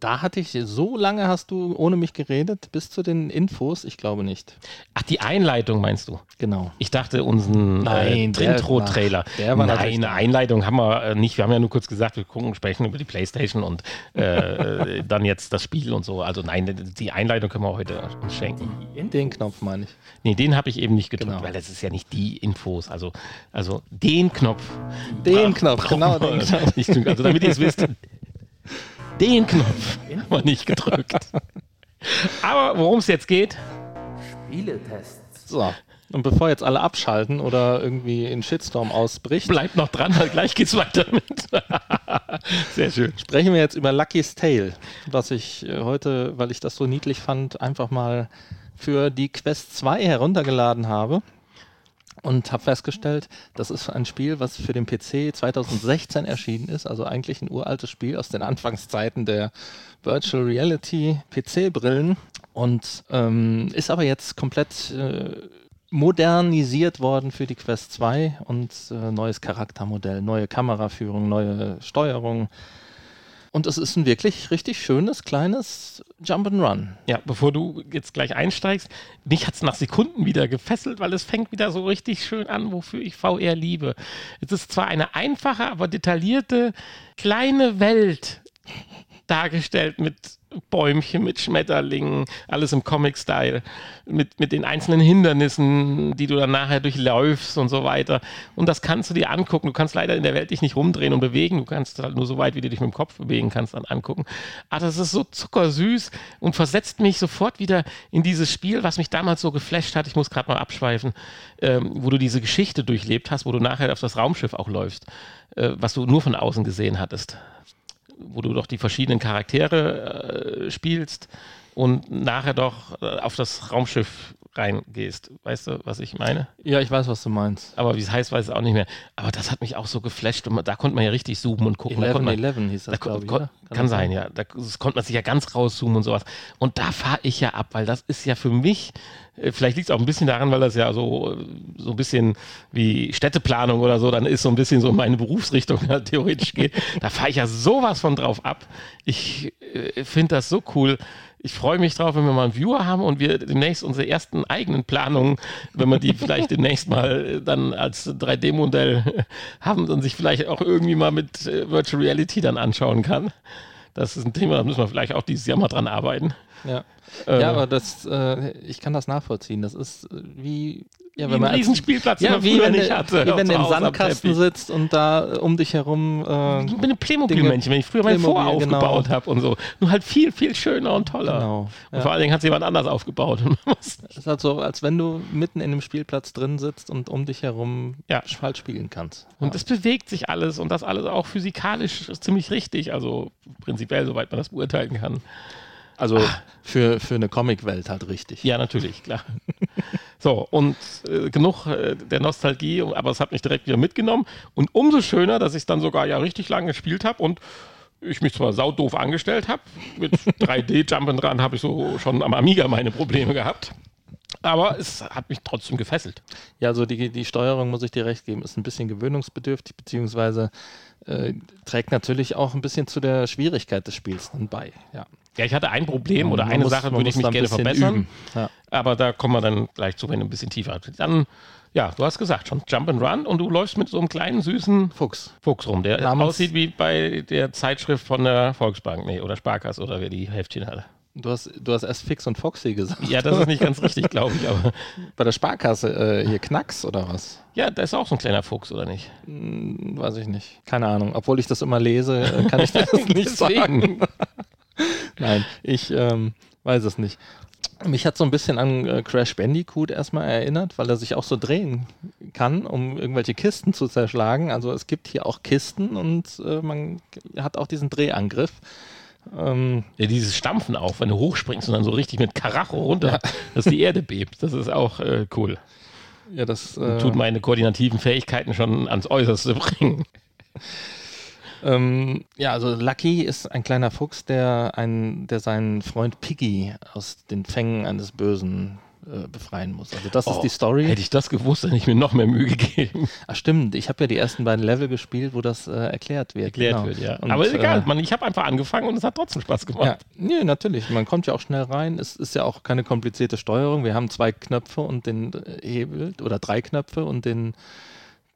Da hatte ich, so lange hast du ohne mich geredet, bis zu den Infos? Ich glaube nicht. Ach, die Einleitung meinst du? Genau. Ich dachte, unseren äh, Nein, der- Intro-Trailer. ach, der war natürlich- Nein, eine Einleitung haben wir äh, nicht. Wir haben ja nur kurz gesagt, wir gucken, sprechen über die Playstation und äh, äh, dann jetzt das Spiel und so. Also nein, die Einleitung können wir heute uns schenken. Den Knopf meine ich. Nee, den habe ich eben nicht gedrückt, Genau. weil das ist ja nicht die Infos. Also, also den Knopf. Den bra- Knopf, brauchen genau wir den Knopf. Nicht, also damit ihr es wisst, den Knopf haben wir nicht gedrückt. Aber worum es jetzt geht, Spieletests. So. Und bevor jetzt alle abschalten oder irgendwie ein Shitstorm ausbricht, bleibt noch dran, weil gleich geht's weiter mit. Sehr schön. sprechen wir jetzt über Lucky's Tale, was ich äh, heute, weil ich das so niedlich fand, einfach mal für die Quest 2 heruntergeladen habe und habe festgestellt, das ist ein Spiel, was für den PC 2016 erschienen ist, also eigentlich ein uraltes Spiel aus den Anfangszeiten der Virtual Reality PC-Brillen und ähm, ist aber jetzt komplett äh, modernisiert worden für die Quest 2 und äh, neues Charaktermodell, neue Kameraführung, neue Steuerung, und es ist ein wirklich richtig schönes, kleines Jump'n'Run. Ja, bevor du jetzt gleich einsteigst, mich hat es nach Sekunden wieder gefesselt, weil es fängt wieder so richtig schön an, wofür ich VR liebe. Es ist zwar eine einfache, aber detaillierte kleine Welt dargestellt mit Bäumchen, mit Schmetterlingen, alles im Comic-Style, mit, mit den einzelnen Hindernissen, die du dann nachher durchläufst und so weiter. Und das kannst du dir angucken. Du kannst leider in der Welt dich nicht rumdrehen und bewegen. Du kannst halt nur so weit, wie du dich mit dem Kopf bewegen kannst, dann angucken. Aber das ist so zuckersüß und versetzt mich sofort wieder in dieses Spiel, was mich damals so geflasht hat. Ich muss gerade mal abschweifen, ähm, wo du diese Geschichte durchlebt hast, wo du nachher auf das Raumschiff auch läufst, äh, was du nur von außen gesehen hattest wo du doch die verschiedenen Charaktere äh, spielst und nachher doch äh, auf das Raumschiff reingehst. Weißt du, was ich meine? Ja, ich weiß, was du meinst. Aber wie es heißt, weiß ich auch nicht mehr. Aber das hat mich auch so geflasht. Und man- da konnte man ja richtig zoomen und gucken. da konnte man, 1111 hieß da das, kon glaube ich. kon oder? kann, sein, ja. Da das konnte man sich ja ganz rauszoomen und sowas. Und da fahre ich ja ab, weil das ist ja für mich, äh, vielleicht liegt es auch ein bisschen daran, weil das ja so, äh, so ein bisschen wie Städteplanung oder so, dann ist so ein bisschen so meine Berufsrichtung ja, theoretisch geht. Da fahre ich ja sowas von drauf ab. Ich äh, finde das so cool. Ich freue mich drauf, wenn wir mal einen Viewer haben und wir demnächst unsere ersten eigenen Planungen, wenn wir die vielleicht demnächst mal äh, dann als 3D-Modell haben und sich vielleicht auch irgendwie mal mit äh, Virtual Reality dann anschauen kann. Das ist ein Thema, da müssen wir vielleicht auch dieses Jahr mal dran arbeiten. Ja, Äh, ja aber das, äh, ich kann das nachvollziehen. Das ist äh, wie, ja, wie ein als- Riesenspielplatz, den ja, man wie früher wenn, nicht du- hatte. wie wenn zu du im Hause am Sandkasten Teppich. sitzt und da äh, um dich herum äh, Ich bin ein Playmobil-Männchen, wenn ich früher mein Vor Playmobil, genau. aufgebaut habe und so. Nur halt viel, viel schöner und toller. Genau, Und ja. vor allen Dingen hat es jemand anders aufgebaut. Und man muss- es ist halt so, als wenn du mitten in dem Spielplatz drin sitzt und um dich herum Ja. halt spielen kannst. Und es bewegt sich alles und das alles auch physikalisch ziemlich richtig, also prinzipiell, soweit man das beurteilen kann. Also Ah. für, für eine Comicwelt halt richtig. Ja, natürlich, klar. So, und äh, genug äh, der Nostalgie, aber es hat mich direkt wieder mitgenommen. Und umso schöner, dass ich dann sogar ja richtig lange gespielt habe und ich mich zwar saudoof angestellt habe, mit 3D-Jumpen dran habe ich so schon am Amiga meine Probleme gehabt. Aber es hat mich trotzdem gefesselt. Ja, also die, die Steuerung, muss ich dir recht geben, ist ein bisschen gewöhnungsbedürftig, beziehungsweise äh, trägt natürlich auch ein bisschen zu der Schwierigkeit des Spiels dann bei. Ja. Ja, ich hatte ein Problem oder Man eine muss- Sache man würde ich mich muss da ein gerne bisschen verbessern. üben. Ja. Aber da kommen wir dann gleich zu, wenn du ein bisschen tiefer Dann, ja, du hast gesagt schon, Jump and Run und du läufst mit so einem kleinen süßen Fuchs. Fuchs rum, der Namens- aussieht wie bei der Zeitschrift von der Volksbank, nee, oder Sparkasse oder wer die Heftchen hatte. Du hast, du hast erst Fix und Foxy gesagt. Ja, das ist nicht ganz richtig, glaube ich, aber. Bei der Sparkasse äh, hier Knacks oder was? Ja, da ist auch so ein kleiner Fuchs, oder nicht? Hm, weiß ich nicht. Keine Ahnung. Obwohl ich das immer lese, äh, kann ich das nicht sagen. Nein, ich ähm, weiß es nicht. Mich hat so ein bisschen an äh, Crash Bandicoot erstmal erinnert, weil er sich auch so drehen kann, um irgendwelche Kisten zu zerschlagen. Also es gibt hier auch Kisten und äh, man hat auch diesen Drehangriff. Ähm, Ja, dieses Stampfen auch, wenn du hochspringst und dann so richtig mit Karacho runter, dass die Erde bebt. Das ist auch äh, cool. ja, das äh, Tut meine koordinativen Fähigkeiten schon ans Äußerste bringen. Ähm, ja, also Lucky ist ein kleiner Fuchs, der, einen, der seinen Freund Piggy aus den Fängen eines Bösen äh, befreien muss. Also das ist Oh, die Story. Genau. Hätte ich das gewusst, hätte ich mir noch mehr Mühe gegeben. Ach stimmt, ich habe ja die ersten beiden Level gespielt, wo das äh, erklärt wird. Erklärt genau. wird, ja. Und, Aber ist egal, äh, man, ich habe einfach angefangen und es hat trotzdem Spaß ja, gemacht. nee, natürlich. Man kommt ja auch schnell rein. Es ist ja auch keine komplizierte Steuerung. Wir haben zwei Knöpfe und den äh, Hebel oder drei Knöpfe und den,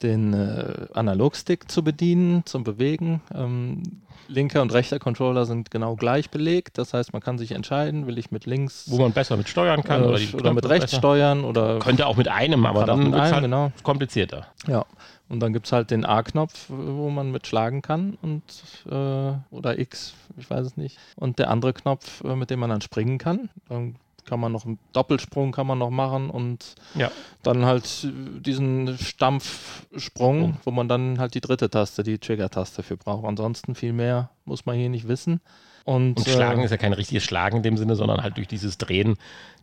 den äh, Analogstick zu bedienen, zum Bewegen. Ähm, linker und rechter Controller sind genau gleich belegt. Das heißt, man kann sich entscheiden, will ich mit links Wo man besser mit steuern kann äh, oder, die oder mit Knöpfe rechts besser. steuern oder Könnte auch mit einem, aber Kann auch dann mit wird es einem, halt genau. komplizierter. Ja, und dann gibt es halt den A-Knopf, wo man mit schlagen kann und äh, oder X, ich weiß es nicht. Und der andere Knopf, äh, mit dem man dann springen kann. Dann kann man noch einen Doppelsprung kann man noch machen und Ja. dann halt äh, diesen Stampfsprung, wo man dann halt die dritte Taste, die Trigger-Taste für braucht. Ansonsten viel mehr muss man hier nicht wissen. Und, Und äh, Schlagen ist ja kein richtiges Schlagen in dem Sinne, sondern halt durch dieses Drehen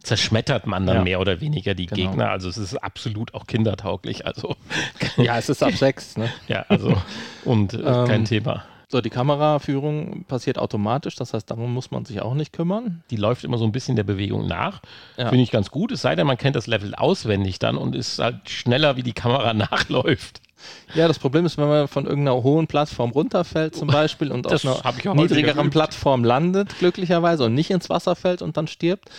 zerschmettert man dann Ja. mehr oder weniger die Genau. Gegner. Also es ist absolut auch kindertauglich. Also ja, es ist ab sechs ne? ja, also und äh, Ähm, kein Thema. So, die Kameraführung passiert automatisch, das heißt, darum muss man sich auch nicht kümmern. Die läuft immer so ein bisschen der Bewegung nach. Ja. Finde ich ganz gut. Es sei denn, man kennt das Level auswendig dann und ist halt schneller, wie die Kamera nachläuft. Ja, das Problem ist, wenn man von irgendeiner hohen Plattform runterfällt zum Beispiel und Das auf hab ich auch einer häufiger niedrigeren geübt. Plattform landet, glücklicherweise, und nicht ins Wasser fällt und dann stirbt,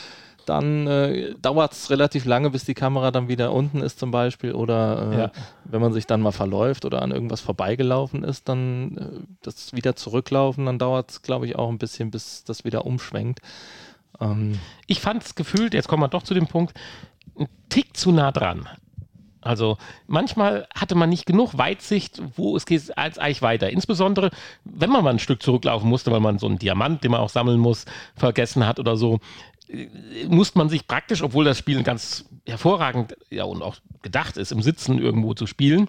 dann äh, dauert es relativ lange, bis die Kamera dann wieder unten ist zum Beispiel. Oder äh, Ja. wenn man sich dann mal verläuft oder an irgendwas vorbeigelaufen ist, dann äh, das wieder zurücklaufen, dann dauert es, glaube ich, auch ein bisschen, bis das wieder umschwenkt. Ähm, Ich fand es gefühlt, jetzt kommen wir doch zu dem Punkt, ein Tick zu nah dran. Also manchmal hatte man nicht genug Weitsicht, wo es geht als eigentlich weiter. Insbesondere, wenn man mal ein Stück zurücklaufen musste, weil man so einen Diamant, den man auch sammeln muss, vergessen hat oder so, äh, musste man sich praktisch, obwohl das Spiel ganz hervorragend ja, und auch gedacht ist, im Sitzen irgendwo zu spielen,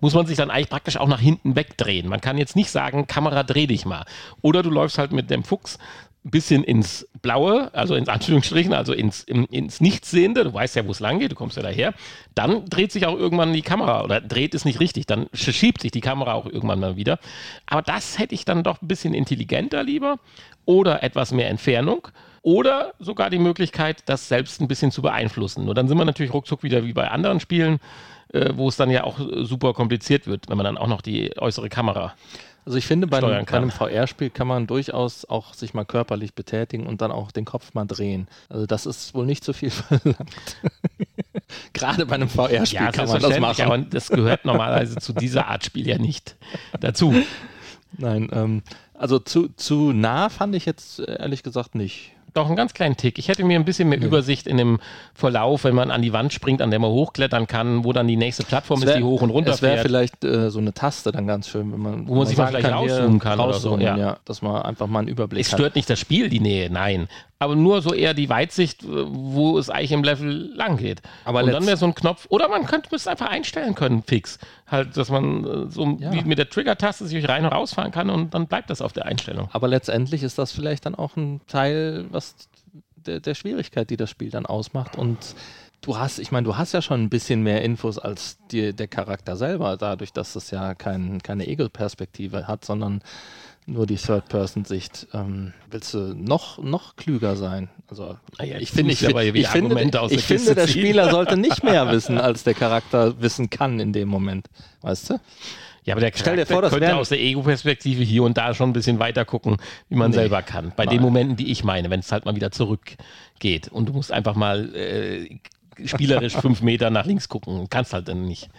muss man sich dann eigentlich praktisch auch nach hinten wegdrehen. Man kann jetzt nicht sagen, Kamera, dreh dich mal. Oder du läufst halt mit dem Fuchs ein bisschen ins Blaue, also ins Anführungsstrichen, also ins, im, ins Nichtsehende. Du weißt ja, wo es lang geht, du kommst ja daher. Dann dreht sich auch irgendwann die Kamera oder dreht es nicht richtig. Dann sch- schiebt sich die Kamera auch irgendwann mal wieder. Aber das hätte ich dann doch ein bisschen intelligenter lieber oder etwas mehr Entfernung oder sogar die Möglichkeit, das selbst ein bisschen zu beeinflussen. Nur dann sind wir natürlich ruckzuck wieder wie bei anderen Spielen, äh, wo es dann ja auch äh, super kompliziert wird, wenn man dann auch noch die äußere Kamera. Also ich finde, bei einem, steuern bei kann. einem VR-Spiel kann man durchaus auch sich mal körperlich betätigen und dann auch den Kopf mal drehen. Also das ist wohl nicht zu viel verlangt. Gerade bei einem VR-Spiel kann man das selbstverständlich, machen. aber das gehört normalerweise zu dieser Art Spiel ja nicht dazu. Nein, ähm, also zu, zu nah fand ich jetzt äh, ehrlich gesagt nicht. Doch einen ganz kleinen Tick. Ich hätte mir ein bisschen mehr Übersicht in dem Verlauf, wenn man an die Wand springt, an der man hochklettern kann, wo dann die nächste Plattform Es wär- ist, die hoch und runter Es wäre fährt. vielleicht äh, so eine Taste dann ganz schön, wenn man, man sich mal sagen vielleicht hier rauszoomen kann oder so, rauszoomen, ja. ja, dass man einfach mal einen Überblick Es hat. stört nicht das Spiel, die Nähe, nein. Aber nur so eher die Weitsicht, äh, wo es eigentlich im Level lang geht. Aber und dann letzt- wäre so ein Knopf, oder man könnte es einfach einstellen können, fix. Halt, dass man äh, so Ja. wie mit der Trigger-Taste sich rein und rausfahren kann und dann bleibt das auf der Einstellung. Aber letztendlich ist das vielleicht dann auch ein Teil, was der, der Schwierigkeit, die das Spiel dann ausmacht. Und du hast, ich meine, du hast ja schon ein bisschen mehr Infos als die, der Charakter selber, dadurch, dass es ja kein, keine Ego-Perspektive hat, sondern nur die Third-Person-Sicht. Ähm, willst du noch, noch klüger sein? Also Naja, ich jetzt finde, tust ich, du aber hier finde, wieder ich finde, Argumente aus der ich finde Kiste der ziehen. Spieler sollte nicht mehr wissen, als der Charakter wissen kann in dem Moment. Weißt du? Ja, aber der Stell dir Charakter vor, das könnte wären- aus der Ego-Perspektive hier und da schon ein bisschen weiter gucken, wie man Nee. selber kann. Bei Nein. den Momenten, die ich meine, wenn es halt mal wieder zurückgeht und du musst einfach mal äh, spielerisch fünf Meter nach links gucken, kannst halt dann nicht.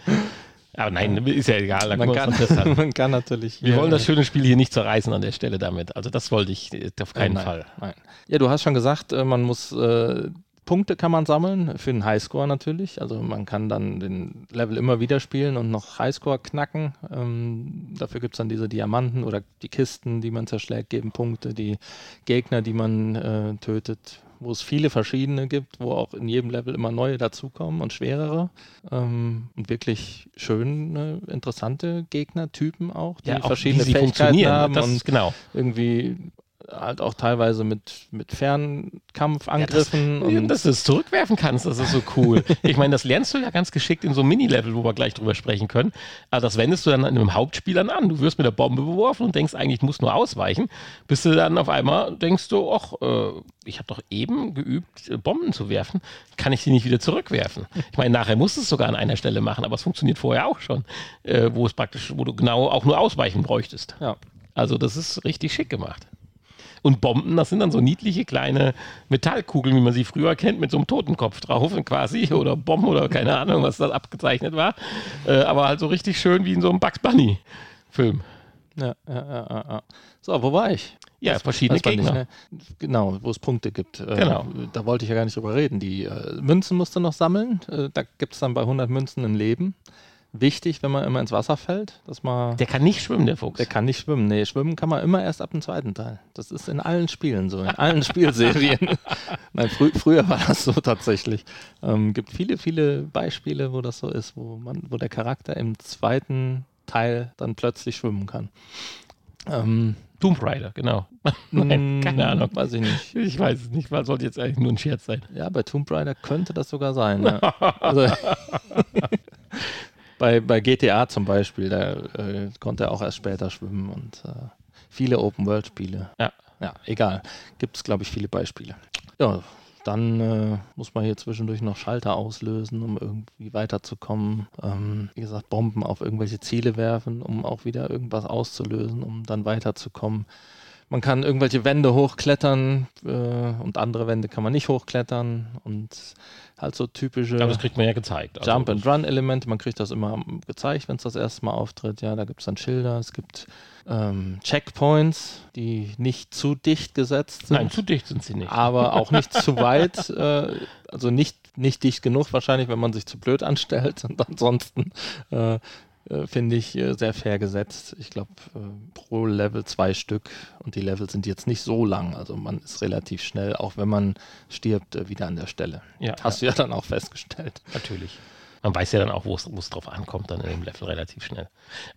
Aber nein, ist ja egal. Da können man, wir kann, uns dran festhalten. man kann natürlich. halt. Wir hier- wollen das schöne Spiel hier nicht zerreißen an der Stelle damit. Also das wollte ich äh, auf keinen nein, Fall. Nein. Ja, du hast schon gesagt, äh, man muss äh, Punkte kann man sammeln für den Highscore natürlich. Also man kann dann den Level immer wieder spielen und noch Highscore knacken. Ähm, dafür gibt es dann diese Diamanten oder die Kisten, die man zerschlägt, geben Punkte. Die Gegner, die man äh, tötet, wo es viele verschiedene gibt, wo auch in jedem Level immer neue dazukommen und schwerere. Ähm, und wirklich schöne, interessante Gegnertypen auch, die Ja, auch verschiedene wie sie Fähigkeiten funktionieren. haben. das und ist genau. irgendwie halt auch teilweise mit, mit Fernkampfangriffen Ja, und dass du es zurückwerfen kannst, das ist so cool. ich meine, das lernst du ja ganz geschickt in so einem Mini-Level, wo wir gleich drüber sprechen können. Aber das wendest du dann in einem Hauptspiel dann an. Du wirst mit der Bombe beworfen und denkst eigentlich, musst nur ausweichen, bis du dann auf einmal denkst du, ach, äh, ich habe doch eben geübt, äh, Bomben zu werfen, kann ich die nicht wieder zurückwerfen? Ich meine, nachher musst du es sogar an einer Stelle machen, aber es funktioniert vorher auch schon, äh, wo es praktisch, wo du genau auch nur ausweichen bräuchtest. ja, Also das ist richtig schick gemacht. Und Bomben, das sind dann so niedliche kleine Metallkugeln, wie man sie früher kennt, mit so einem Totenkopf drauf und quasi oder Bomben oder keine Ahnung, was das abgezeichnet war. Äh, aber halt so richtig schön wie in so einem Bugs Bunny Film. ja, ja, ja, ja, ja. So, wo war ich? Ja, verschiedene Weiß man Gegner. Nicht, ne? Genau, wo es Punkte gibt. Äh, Genau. Da wollte ich ja gar nicht drüber reden. Die äh, Münzen musst du noch sammeln. Äh, da gibt es dann bei 100 Münzen ein Leben. Wichtig, wenn man immer ins Wasser fällt, dass man. Der kann nicht schwimmen, der Fuchs. Der kann nicht schwimmen. Nee, schwimmen kann man immer erst ab dem zweiten Teil. Das ist in allen Spielen so, in allen Spielserien. Nein, frü früher war das so tatsächlich. Ähm, gibt viele, viele Beispiele, wo das so ist, wo man, wo der Charakter im zweiten Teil dann plötzlich schwimmen kann. Ähm, Tomb Raider, genau. Nein, mm, keine Ahnung. Weiß ich nicht. Ich weiß es nicht, weil sollte jetzt eigentlich nur ein Scherz sein. Ja, bei Tomb Raider könnte das sogar sein. Ja. Also, bei, bei GTA zum Beispiel, da äh, konnte er auch erst später schwimmen und äh, viele Open-World-Spiele. Ja. Ja, egal. Gibt es, glaube ich, viele Beispiele. Ja, dann äh, muss man hier zwischendurch noch Schalter auslösen, um irgendwie weiterzukommen. Ähm, wie gesagt, Bomben auf irgendwelche Ziele werfen, um auch wieder irgendwas auszulösen, um dann weiterzukommen. Man kann irgendwelche Wände hochklettern äh, und andere Wände kann man nicht hochklettern und halt so typische Aber das kriegt man ja gezeigt. Also, Jump and Run Elemente. Man kriegt das immer am- gezeigt, wenn es das erste Mal auftritt. Ja, da gibt es dann Schilder, es gibt ähm, Checkpoints, die nicht zu dicht gesetzt sind. Nein, zu dicht sind sie nicht. aber auch nicht zu weit, äh, also nicht, nicht dicht genug wahrscheinlich, wenn man sich zu blöd anstellt. Und ansonsten äh, äh, finde ich äh, sehr fair gesetzt. Ich glaube, äh, pro Level zwei Stück und die Level sind jetzt nicht so lang. Also man ist relativ schnell, auch wenn man stirbt, äh, wieder an der Stelle. Ja, Hast du ja dann auch festgestellt. Natürlich. Man weiß ja dann auch, wo es wo es drauf ankommt, dann in dem Level relativ schnell.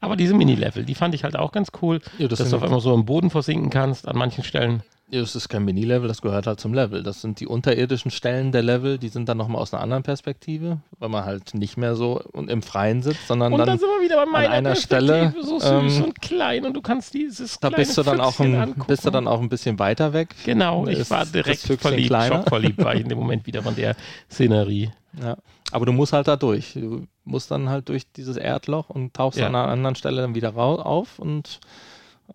Aber diese Mini-Level, die fand ich halt auch ganz cool, Ja, das dass sind- du auf einmal so im Boden versinken kannst an manchen Stellen. Ja, Das ist kein Mini-Level, das gehört halt zum Level. Das sind die unterirdischen Stellen der Level, die sind dann nochmal aus einer anderen Perspektive, weil man halt nicht mehr so und im Freien sitzt, sondern Und dann, dann, sind wir wieder bei meiner einer Perspektive, Stelle, so süß ähm, und klein und du kannst dieses da kleine bist du, dann auch Füchschen ein, angucken. bist du dann auch ein bisschen weiter weg. Genau, ich ist war das direkt Füchschen verliebt, kleiner. schockverliebt war ich in dem Moment wieder von der Szenerie. Ja. Aber du musst halt da durch. Du musst dann halt durch dieses Erdloch und tauchst Ja. an einer anderen Stelle dann wieder raus auf und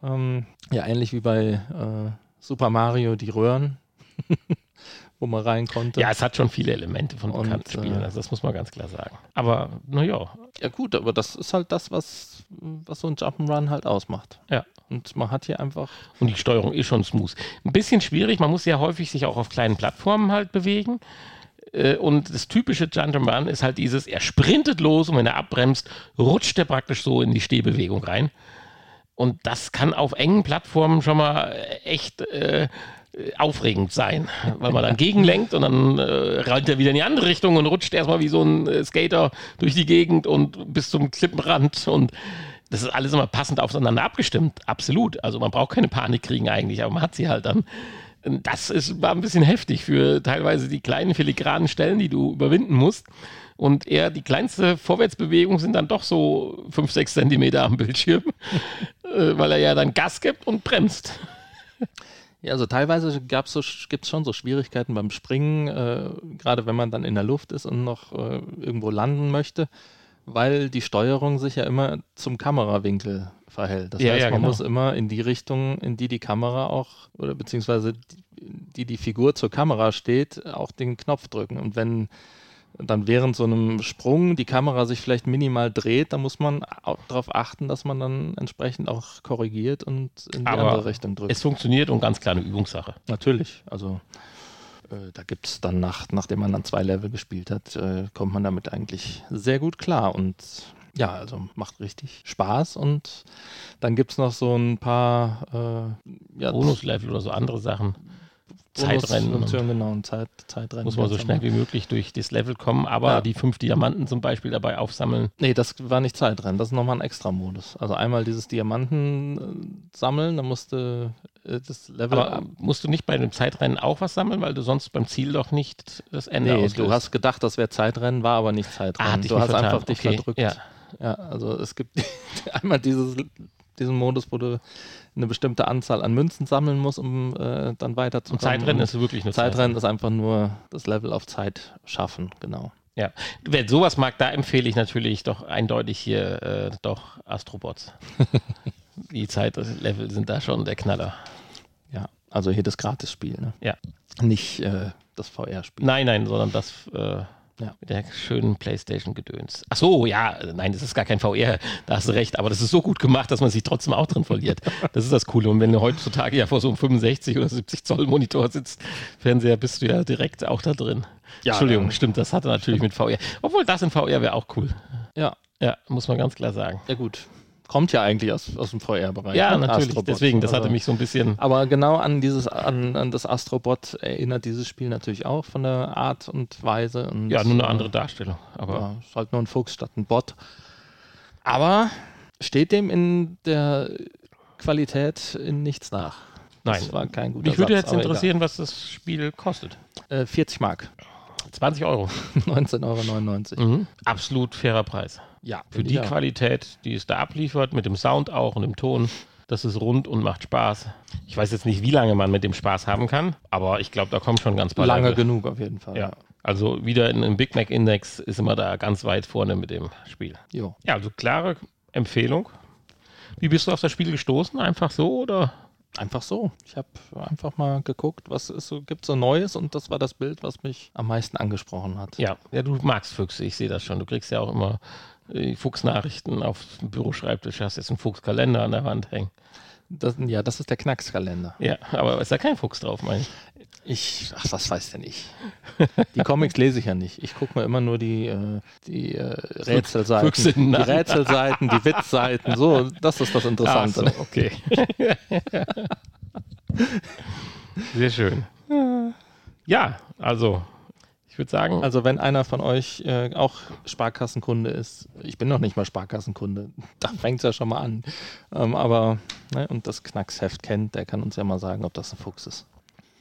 ähm, ja, ähnlich wie bei äh, Super Mario die Röhren, wo man rein konnte. Ja, es hat schon viele Elemente von Und, bekannten Spielen, äh, also das muss man ganz klar sagen. Aber naja, Ja gut, aber das ist halt das, was, was so ein Jump'n'Run halt ausmacht. Ja. Und man hat hier einfach, Und die Steuerung ist schon smooth. Ein bisschen schwierig, man muss ja häufig sich auch auf kleinen Plattformen halt bewegen. Äh, Und das typische Gentleman ist halt dieses, er sprintet los und wenn er abbremst, rutscht er praktisch so in die Stehbewegung rein. Und das kann auf engen Plattformen schon mal äh, echt äh, aufregend sein, weil man dann gegenlenkt und dann äh, rollt er wieder in die andere Richtung und rutscht erstmal wie so ein äh, Skater durch die Gegend und bis zum Klippenrand und das ist alles immer passend aufeinander abgestimmt, absolut. Also man braucht keine Panik kriegen eigentlich, aber man hat sie halt dann. Und Das ist war ein bisschen heftig für teilweise die kleinen filigranen Stellen, die du überwinden musst. Und eher die kleinste Vorwärtsbewegung sind dann doch so 5, 6 Zentimeter am Bildschirm, äh, weil er ja dann Gas gibt und bremst. ja, also teilweise gab's so, gibt es schon so Schwierigkeiten beim Springen, äh, gerade wenn man dann in der Luft ist und noch äh, irgendwo landen möchte, weil die Steuerung sich ja immer zum Kamerawinkel verhält. Das Ja, heißt, ja, man genau. muss immer in die Richtung, in die die Kamera auch, oder beziehungsweise die die, die Figur zur Kamera steht, auch den Knopf drücken. Und wenn dann während so einem Sprung die Kamera sich vielleicht minimal dreht, da muss man au- darauf achten, dass man dann entsprechend auch korrigiert und in die Aber andere Richtung drückt. Es funktioniert und ganz kleine Übungssache. Natürlich, also äh, da gibt es dann nach, nachdem man dann zwei Level gespielt hat, äh, kommt man damit eigentlich sehr gut klar und ja, also macht richtig Spaß und dann gibt es noch so ein paar äh, ja, Bonuslevel oder so andere Sachen. Zeitrennen und- Bonusfunktionen, genau, und Zeit, Zeitrennen. Muss man so ganz am schnell wie möglich durch das Level kommen, aber Ja. die fünf Diamanten zum Beispiel dabei aufsammeln. Nee, das war nicht Zeitrennen, das ist nochmal ein Extra-Modus. Also einmal dieses Diamanten äh, sammeln, dann musste äh, das Level Aber musst du nicht bei dem Zeitrennen auch was sammeln, weil du sonst beim Ziel doch nicht das Ende Nee, auslöst? du hast gedacht, das wäre Zeitrennen, war aber nicht Zeitrennen. Ah, hat dich du nicht hast vertan. einfach dich Okay, verdrückt. ja. Ja, also es gibt einmal dieses, diesen Modus, wo du eine bestimmte Anzahl an Münzen sammeln musst, um äh, dann und weiterzukommen. Zeitrennen ist wirklich nur Zeitrennen ist einfach nur das Level auf Zeit schaffen, genau. Ja, wer sowas mag, da empfehle ich natürlich doch eindeutig hier äh, doch Astrobots. Die Zeitlevel sind da schon der Knaller. Ja, also hier das Gratis-Spiel, ne? Ja. Nicht äh, das VR-Spiel. Nein, nein, sondern das äh, Ja. mit der schönen Playstation-Gedöns. Ach so, ja, äh, nein, das ist gar kein VR, da hast du recht, aber das ist so gut gemacht, dass man sich trotzdem auch drin verliert. Das ist das Coole. Und wenn du heutzutage ja vor so einem 65 oder 70 Zoll Monitor sitzt, Fernseher, bist du ja direkt auch da drin. Ja, Entschuldigung, dann- stimmt, das hatte natürlich mit VR. Obwohl das in VR wäre auch cool. Ja, Ja, muss man ganz klar sagen. ja gut. Kommt ja eigentlich aus, aus dem VR-Bereich. Ja, ne? natürlich. Astrobot. Deswegen, das hatte Also- mich so ein bisschen. Aber genau an dieses, an, an das Astrobot erinnert dieses Spiel natürlich auch von der Art und Weise. Und, Ja, nur eine äh, andere Darstellung. Aber Ja, ist halt nur ein Fuchs statt ein Bot. Aber steht dem in der Qualität in nichts nach. nein. Das war kein guter Mich würde Satz, jetzt aber interessieren, was das Spiel kostet. Egal. Äh, 40 Mark, 20 Euro. 19,99 Euro. Hm? Absolut fairer Preis. Ja, Mhm. Für die ja. Qualität, die es da abliefert, mit dem Sound auch und dem Ton. Das ist rund und macht Spaß. Ich weiß jetzt nicht, wie lange man mit dem Spaß haben kann, aber ich glaube, da kommen schon ganz paar Lange Level. genug auf jeden Fall. Ja. Also wieder in einem Big Mac Index ist immer da ganz weit vorne mit dem Spiel. Jo. Ja, also klare Empfehlung. Wie bist du auf das Spiel gestoßen? Einfach so oder? Einfach so. Ich habe einfach mal geguckt, was es so gibt, so Neues und das war das Bild, was mich am meisten angesprochen hat. Ja, ja, du magst Füchse, ich sehe das schon. Du kriegst ja auch immer äh, Fuchsnachrichten auf dem Büroschreibtisch, hast jetzt einen Fuchskalender an der Wand hängen. Das, ja, das ist der Knackskalender. Ja, aber ist da kein Fuchs drauf, meine ich. Ich, ach, was weiß denn ich? Die Comics lese ich ja nicht. Ich gucke mir immer nur die, äh, die äh, Rätselseiten. Füchse in die Nacht. Rätselseiten, die Witzseiten, so, das ist das Ach Interessante. Ah, so, okay. Sehr schön. Ja, also, ich würde sagen, Also wenn einer von euch äh, auch Sparkassenkunde ist, ich bin noch nicht mal Sparkassenkunde, da fängt es ja schon mal an. Ähm, aber, ne, und das Knacksheft kennt, der kann uns ja mal sagen, ob das ein Fuchs ist.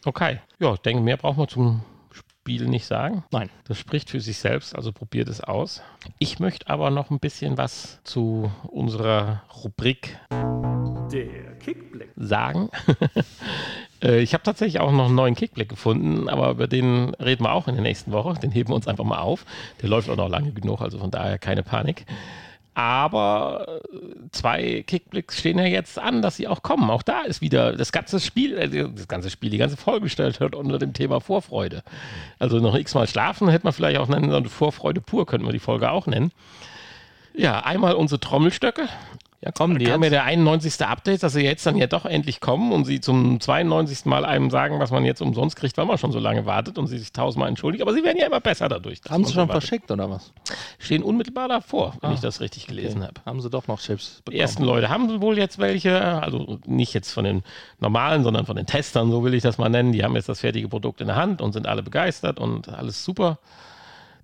okay. Ja, ich denke, mehr braucht man zum Spiel nicht sagen. Nein. Das spricht für sich selbst, also probiert es aus. Ich möchte aber noch ein bisschen was zu unserer Rubrik Der Kickblick. sagen. Äh, ich habe tatsächlich auch noch einen neuen Kickblick gefunden, aber über den reden wir auch in der nächsten Woche. Den heben wir uns einfach mal auf. Der läuft auch noch lange genug, also von daher keine Panik. Aber äh, zwei Kickblicks stehen ja jetzt an, dass sie auch kommen. Auch da ist wieder das ganze Spiel, äh, das ganze Spiel, die ganze Folge stellt halt unter dem Thema Vorfreude. Also noch x-mal schlafen hätte man vielleicht auch nennen sollen. Vorfreude pur könnten wir die Folge auch nennen. Ja, einmal unsere Trommelstöcke. Ja, kommen die Die haben ja jetzt? der 91. Update, dass sie jetzt dann ja doch endlich kommen und sie zum 92. Mal einem sagen, was man jetzt umsonst kriegt, weil man schon so lange wartet und sie sich tausendmal entschuldigt. Aber sie werden ja immer besser dadurch. dass Haben man sie so schon Ah, wartet. verschickt oder was? Stehen unmittelbar davor, wenn ich das richtig gelesen habe. Haben sie doch noch Chips Die bekommen. ersten Leute haben sie wohl jetzt welche, also nicht jetzt von den normalen, sondern von den Testern, so will ich das mal nennen. Die haben jetzt das fertige Produkt in der Hand und sind alle begeistert und alles super.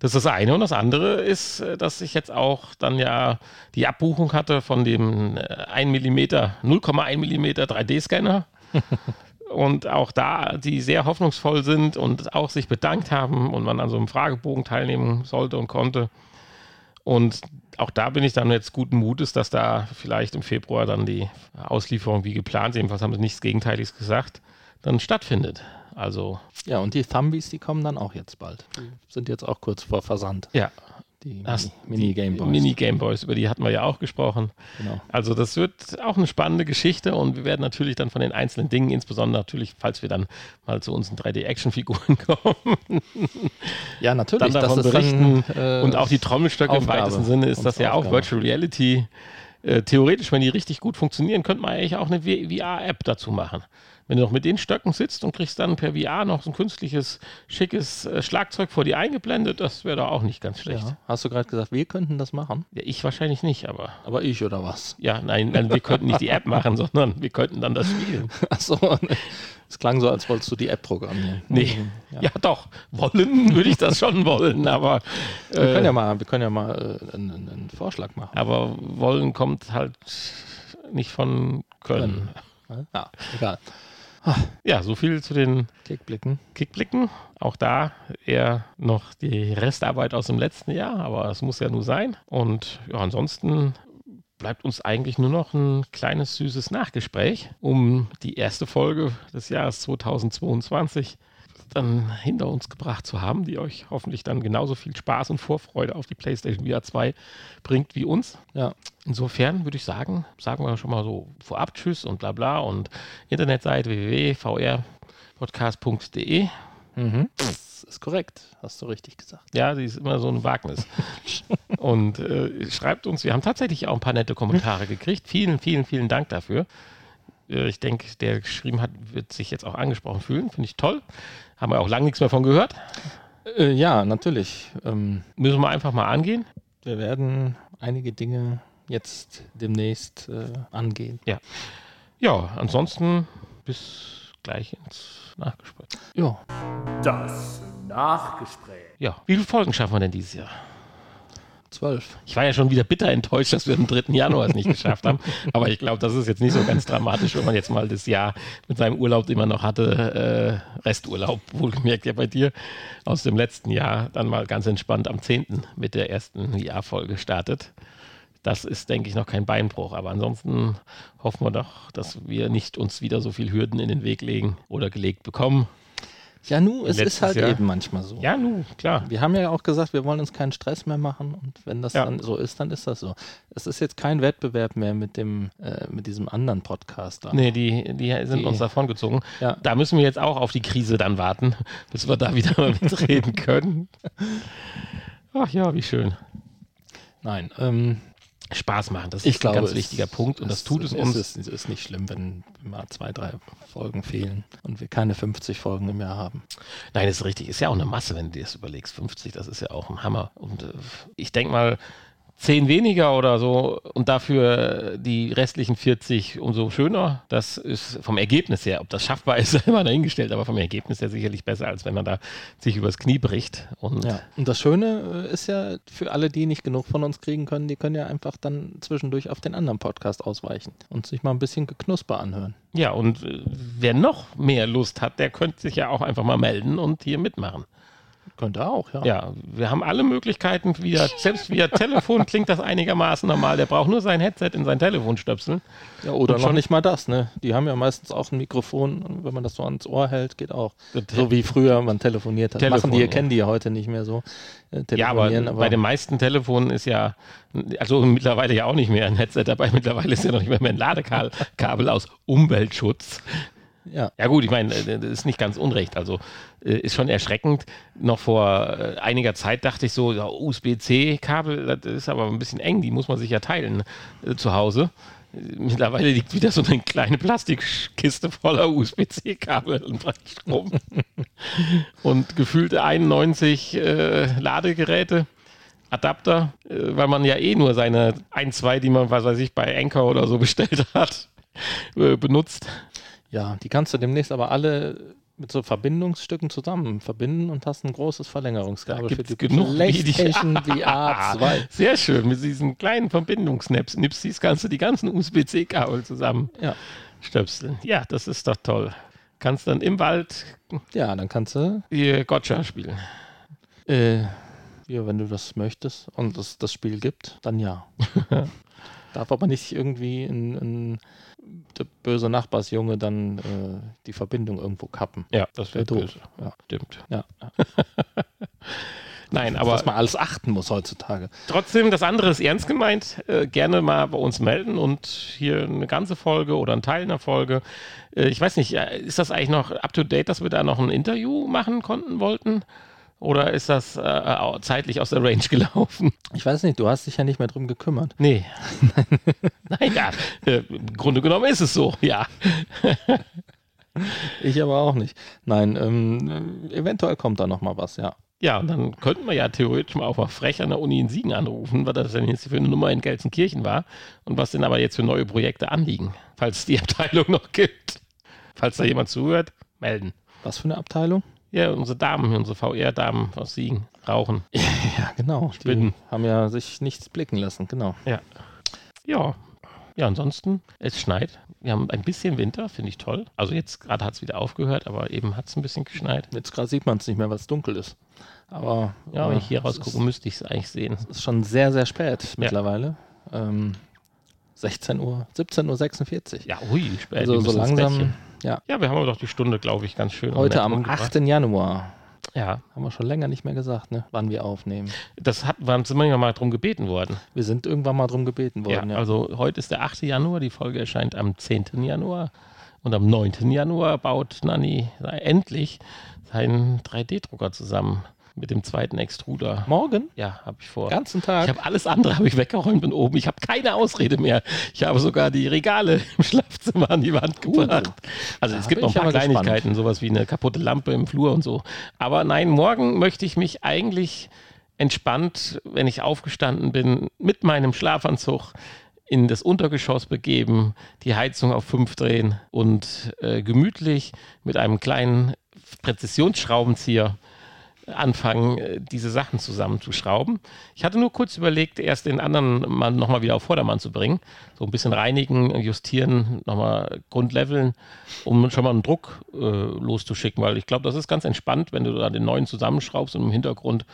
Das ist das eine. Und das andere ist, äh, dass ich jetzt auch dann ja die Abbuchung hatte von dem äh, 1 mm, 0,1 mm 3D-Scanner. und auch da, die sehr hoffnungsvoll sind und auch sich bedankt haben und man an so einem Fragebogen teilnehmen sollte und konnte. Und auch da bin ich dann jetzt guten Mutes, dass da vielleicht im Februar dann die Auslieferung wie geplant, jedenfalls haben sie nichts Gegenteiliges gesagt, dann stattfindet. Also Ja, und die Thumbis, die kommen dann auch jetzt bald. Die sind jetzt auch kurz vor Versand. ja, Die Mhm. Ach, Mini Game Boys. Mini Game Boys, über die hatten wir ja auch gesprochen. Genau. Also das wird auch eine spannende Geschichte und wir werden natürlich dann von den einzelnen Dingen, insbesondere natürlich, falls wir dann mal zu unseren 3D-Action-Figuren kommen, Ja, natürlich. dann davon das ist berichten. äh, und auch die Trommelstöcke Aufgabe. im weitesten Sinne ist Und das ja auch Aufgabe. Virtual Reality. Äh, theoretisch, wenn die richtig gut funktionieren, könnte man eigentlich auch eine VR-App dazu machen. Wenn du noch mit den Stöcken sitzt und kriegst dann per VR noch so ein künstliches, schickes äh, Schlagzeug vor dir eingeblendet, das wäre doch auch nicht ganz schlecht. ja. Hast du gerade gesagt, wir könnten das machen? Ja, ich wahrscheinlich nicht, aber. Aber ich oder was? Ja, nein, nein, wir könnten nicht die App machen, sondern wir könnten dann das spielen. Achso, es klang so, als wolltest du die App programmieren. Mhm. Nee. Ja, doch. Wollen würde ich das schon wollen, aber, Wir können äh, ja mal, wir können ja mal äh, einen, einen einen Vorschlag machen. aber wollen kommt halt nicht von Köln. äh, Ja, egal. Ja, so viel zu den Klickblicken. Kickblicken. Auch da eher noch die Restarbeit aus dem letzten Jahr, aber es muss ja nur sein. Und ja, ansonsten bleibt uns eigentlich nur noch ein kleines süßes Nachgespräch, um die erste Folge des Jahres 2022 dann hinter uns gebracht zu haben, die euch hoffentlich dann genauso viel Spaß und Vorfreude auf die PlayStation VR 2 bringt wie uns. Ja. Insofern würde ich sagen, sagen wir schon mal so vorab Tschüss und bla bla und Internetseite www.vrpodcast.de. Mhm. Das ist korrekt. Hast du richtig gesagt. Ja, die ist immer so ein Wagnis. Und äh, schreibt uns, wir haben tatsächlich auch ein paar nette Kommentare gekriegt. Vielen, vielen, vielen Dank dafür. Äh, ich denke, der geschrieben hat, wird sich jetzt auch angesprochen fühlen. Finde ich toll. Haben wir auch lange nichts mehr von gehört. Äh, ja, natürlich. Ähm, Müssen wir einfach mal angehen. wir werden einige Dinge jetzt demnächst äh, angehen. Ja, ansonsten bis gleich ins Nachgespräch. Ja. Das Nachgespräch. Ja, wie viele Folgen schaffen wir denn dieses Jahr? Zwölf. Ich war ja schon wieder bitter enttäuscht, dass wir am 3. Januar es nicht geschafft haben. Aber ich glaube, das ist jetzt nicht so ganz dramatisch, wenn man jetzt mal das Jahr mit seinem Urlaub, den man noch hatte, äh, Resturlaub, wohlgemerkt ja bei dir, aus dem letzten Jahr, dann mal ganz entspannt am 10. mit der ersten Jahrfolge startet. Das ist, denke ich, noch kein Beinbruch. Aber ansonsten hoffen wir doch, dass wir nicht uns wieder so viel Hürden in den Weg legen oder gelegt bekommen. Ja, nu, es Letztes ist halt Jahr. eben manchmal so. Ja, nu, klar. Wir haben ja auch gesagt, wir wollen uns keinen Stress mehr machen und wenn das Ja. dann so ist, dann ist das so. Es ist jetzt kein Wettbewerb mehr mit dem äh, mit diesem anderen Podcast. da. Nee, die, die sind Die- uns davongezogen. Ja. Da müssen wir jetzt auch auf die Krise dann warten, bis wir da wieder mal mitreden können. Ach ja, wie schön. Nein, ähm, Spaß machen, das ich ist glaube, ein ganz es- wichtiger Punkt und das tut es ist- uns. Es ist, ist nicht schlimm, wenn mal zwei, drei Folgen fehlen und wir keine 50 Folgen im Jahr haben. Nein, das ist richtig. Ist ja auch eine Masse, wenn du dir das überlegst. 50, das ist ja auch ein Hammer. Und äh, ich denke mal, 10 weniger oder so und dafür die restlichen 40 umso schöner. Das ist vom Ergebnis her, ob das schaffbar ist, sei mal dahingestellt, aber vom Ergebnis her sicherlich besser, als wenn man da sich übers Knie bricht. Und Ja. Und das Schöne äh, ist ja, für alle, die nicht genug von uns kriegen können, die können ja einfach dann zwischendurch auf den anderen Podcast ausweichen und sich mal ein bisschen geknusper anhören. Ja, und äh, wer noch mehr Lust hat, der könnte sich ja auch einfach mal melden und hier mitmachen. Könnte auch, ja. Ja, wir haben alle Möglichkeiten, via, selbst via Telefon klingt das einigermaßen normal. Der braucht nur sein Headset in sein Telefon stöpseln. Ja, oder Und noch schon- nicht mal das, ne? Die haben ja meistens auch ein Mikrofon, und wenn man das so ans Ohr hält, geht auch. Das- So wie früher man telefoniert hat. Telefon, Machen die, ja. kennen die ja heute nicht mehr so. äh, Ja, aber, telefonieren, bei den meisten Telefonen ist ja, also mittlerweile ja auch nicht mehr ein Headset dabei. Mittlerweile ist ja noch nicht mehr ein Ladekabel aus Umweltschutz. ja. Ja gut, ich meine, äh, das ist nicht ganz unrecht. Also äh, ist schon erschreckend. Noch vor äh, einiger Zeit dachte ich so, ja, USB-C-Kabel, das ist aber ein bisschen eng, die muss man sich ja teilen äh, zu Hause. Äh, Mittlerweile liegt wieder so eine kleine Plastikkiste voller USB-C-Kabel und Strom. und gefühlt 91 äh, Ladegeräte. Adapter, äh, weil man ja eh nur seine ein, zwei, die man, was weiß ich, bei Anchor oder so bestellt hat, äh, benutzt. ja, die kannst du demnächst aber alle mit so Verbindungsstücken zusammen verbinden und hast ein großes Verlängerungskabel Da für gibt's die genug PlayStation VR 2. Sehr schön, mit diesen kleinen Verbindungsnipsies kannst du die ganzen USB-C-Kabel Ja. zusammenstöpseln. Ja, das ist doch toll. Kannst dann im Wald ja, dann kannst du, hier Gotcha spielen. äh, ja, wenn du das möchtest und es das Spiel gibt, dann ja. Darf aber nicht irgendwie ein, ein der böse Nachbarsjunge dann äh, die Verbindung irgendwo kappen. Ja, das Wär wäre doof, doof. ja. Stimmt. Ja. Nein, aber Aber Also, dass man alles achten muss heutzutage. trotzdem, das andere ist ernst gemeint. Äh, gerne mal bei uns melden und hier eine ganze Folge oder einen Teil einer Folge. Äh, ich weiß nicht, äh, ist das eigentlich noch up to date, dass wir da noch ein Interview machen konnten wollten? Oder ist das äh, au- zeitlich aus der Range gelaufen? Ich weiß nicht, du hast dich ja nicht mehr drum gekümmert. Nee. naja, äh, im Grunde genommen ist es so, ja. Ich aber auch nicht. Nein, ähm, eventuell kommt da nochmal was, ja. Ja, und dann könnten wir ja theoretisch mal auch mal frech an der Uni in Siegen anrufen, was das denn jetzt für eine Nummer in Gelsenkirchen war und was denn aber jetzt für neue Projekte anliegen, falls es die Abteilung noch gibt. Falls da jemand zuhört, melden. Was für eine Abteilung? Ja, unsere Damen, unsere VR-Damen aus Siegen rauchen. Ja, genau. Spinnen. Die haben ja sich nichts blicken lassen, genau. Ja. Ja, ansonsten, es schneit. Wir haben ein bisschen Winter, finde ich toll. Also jetzt gerade hat es wieder aufgehört, aber eben hat es ein bisschen geschneit. Jetzt gerade sieht man es nicht mehr, weil es dunkel ist. Aber Ja, äh, wenn ich hier es raus gucke, müsste ich es eigentlich sehen. Ist, ist schon sehr, sehr spät mittlerweile. Ähm, 16 Uhr, 17.46 Uhr. Ja, ui, spät. also wir so müssen ins langsam, Bettchen. Ja, wir haben aber doch die Stunde, glaube ich, ganz schön. heute nett am rumgebracht. 8. Januar, Ja, haben wir schon länger nicht mehr gesagt, ne, wann wir aufnehmen. das hat, waren sind wir ja mal drum gebeten worden. Wir sind irgendwann mal drum gebeten Ja, worden. Ja, Also heute ist der 8. Januar, die Folge erscheint am 10. Januar. Und am 9. Januar baut Nani endlich seinen 3D-Drucker zusammen mit dem zweiten Extruder. Morgen, Ja, habe ich vor. den ganzen Ich Tag. habe alles andere habe ich weggeräumt und oben. Ich habe keine Ausrede mehr. Ich habe sogar die Regale im Schlafzimmer an die Wand gebracht. Also es da gibt bin noch ein ich paar aber gespannt. Kleinigkeiten, sowas wie eine kaputte Lampe im Flur und so. Aber nein, morgen möchte ich mich eigentlich entspannt, wenn ich aufgestanden bin, mit meinem Schlafanzug in das Untergeschoss begeben, die Heizung auf 5 drehen und äh, gemütlich mit einem kleinen Präzisionsschraubenzieher anfangen, äh, diese Sachen zusammenzuschrauben. Ich hatte nur kurz überlegt, erst den anderen Mann nochmal wieder auf Vordermann zu bringen. So ein bisschen reinigen, justieren, nochmal Grundleveln, um schon mal einen Druck äh, loszuschicken, weil ich glaube, das ist ganz entspannt, wenn du da den neuen zusammenschraubst und im Hintergrund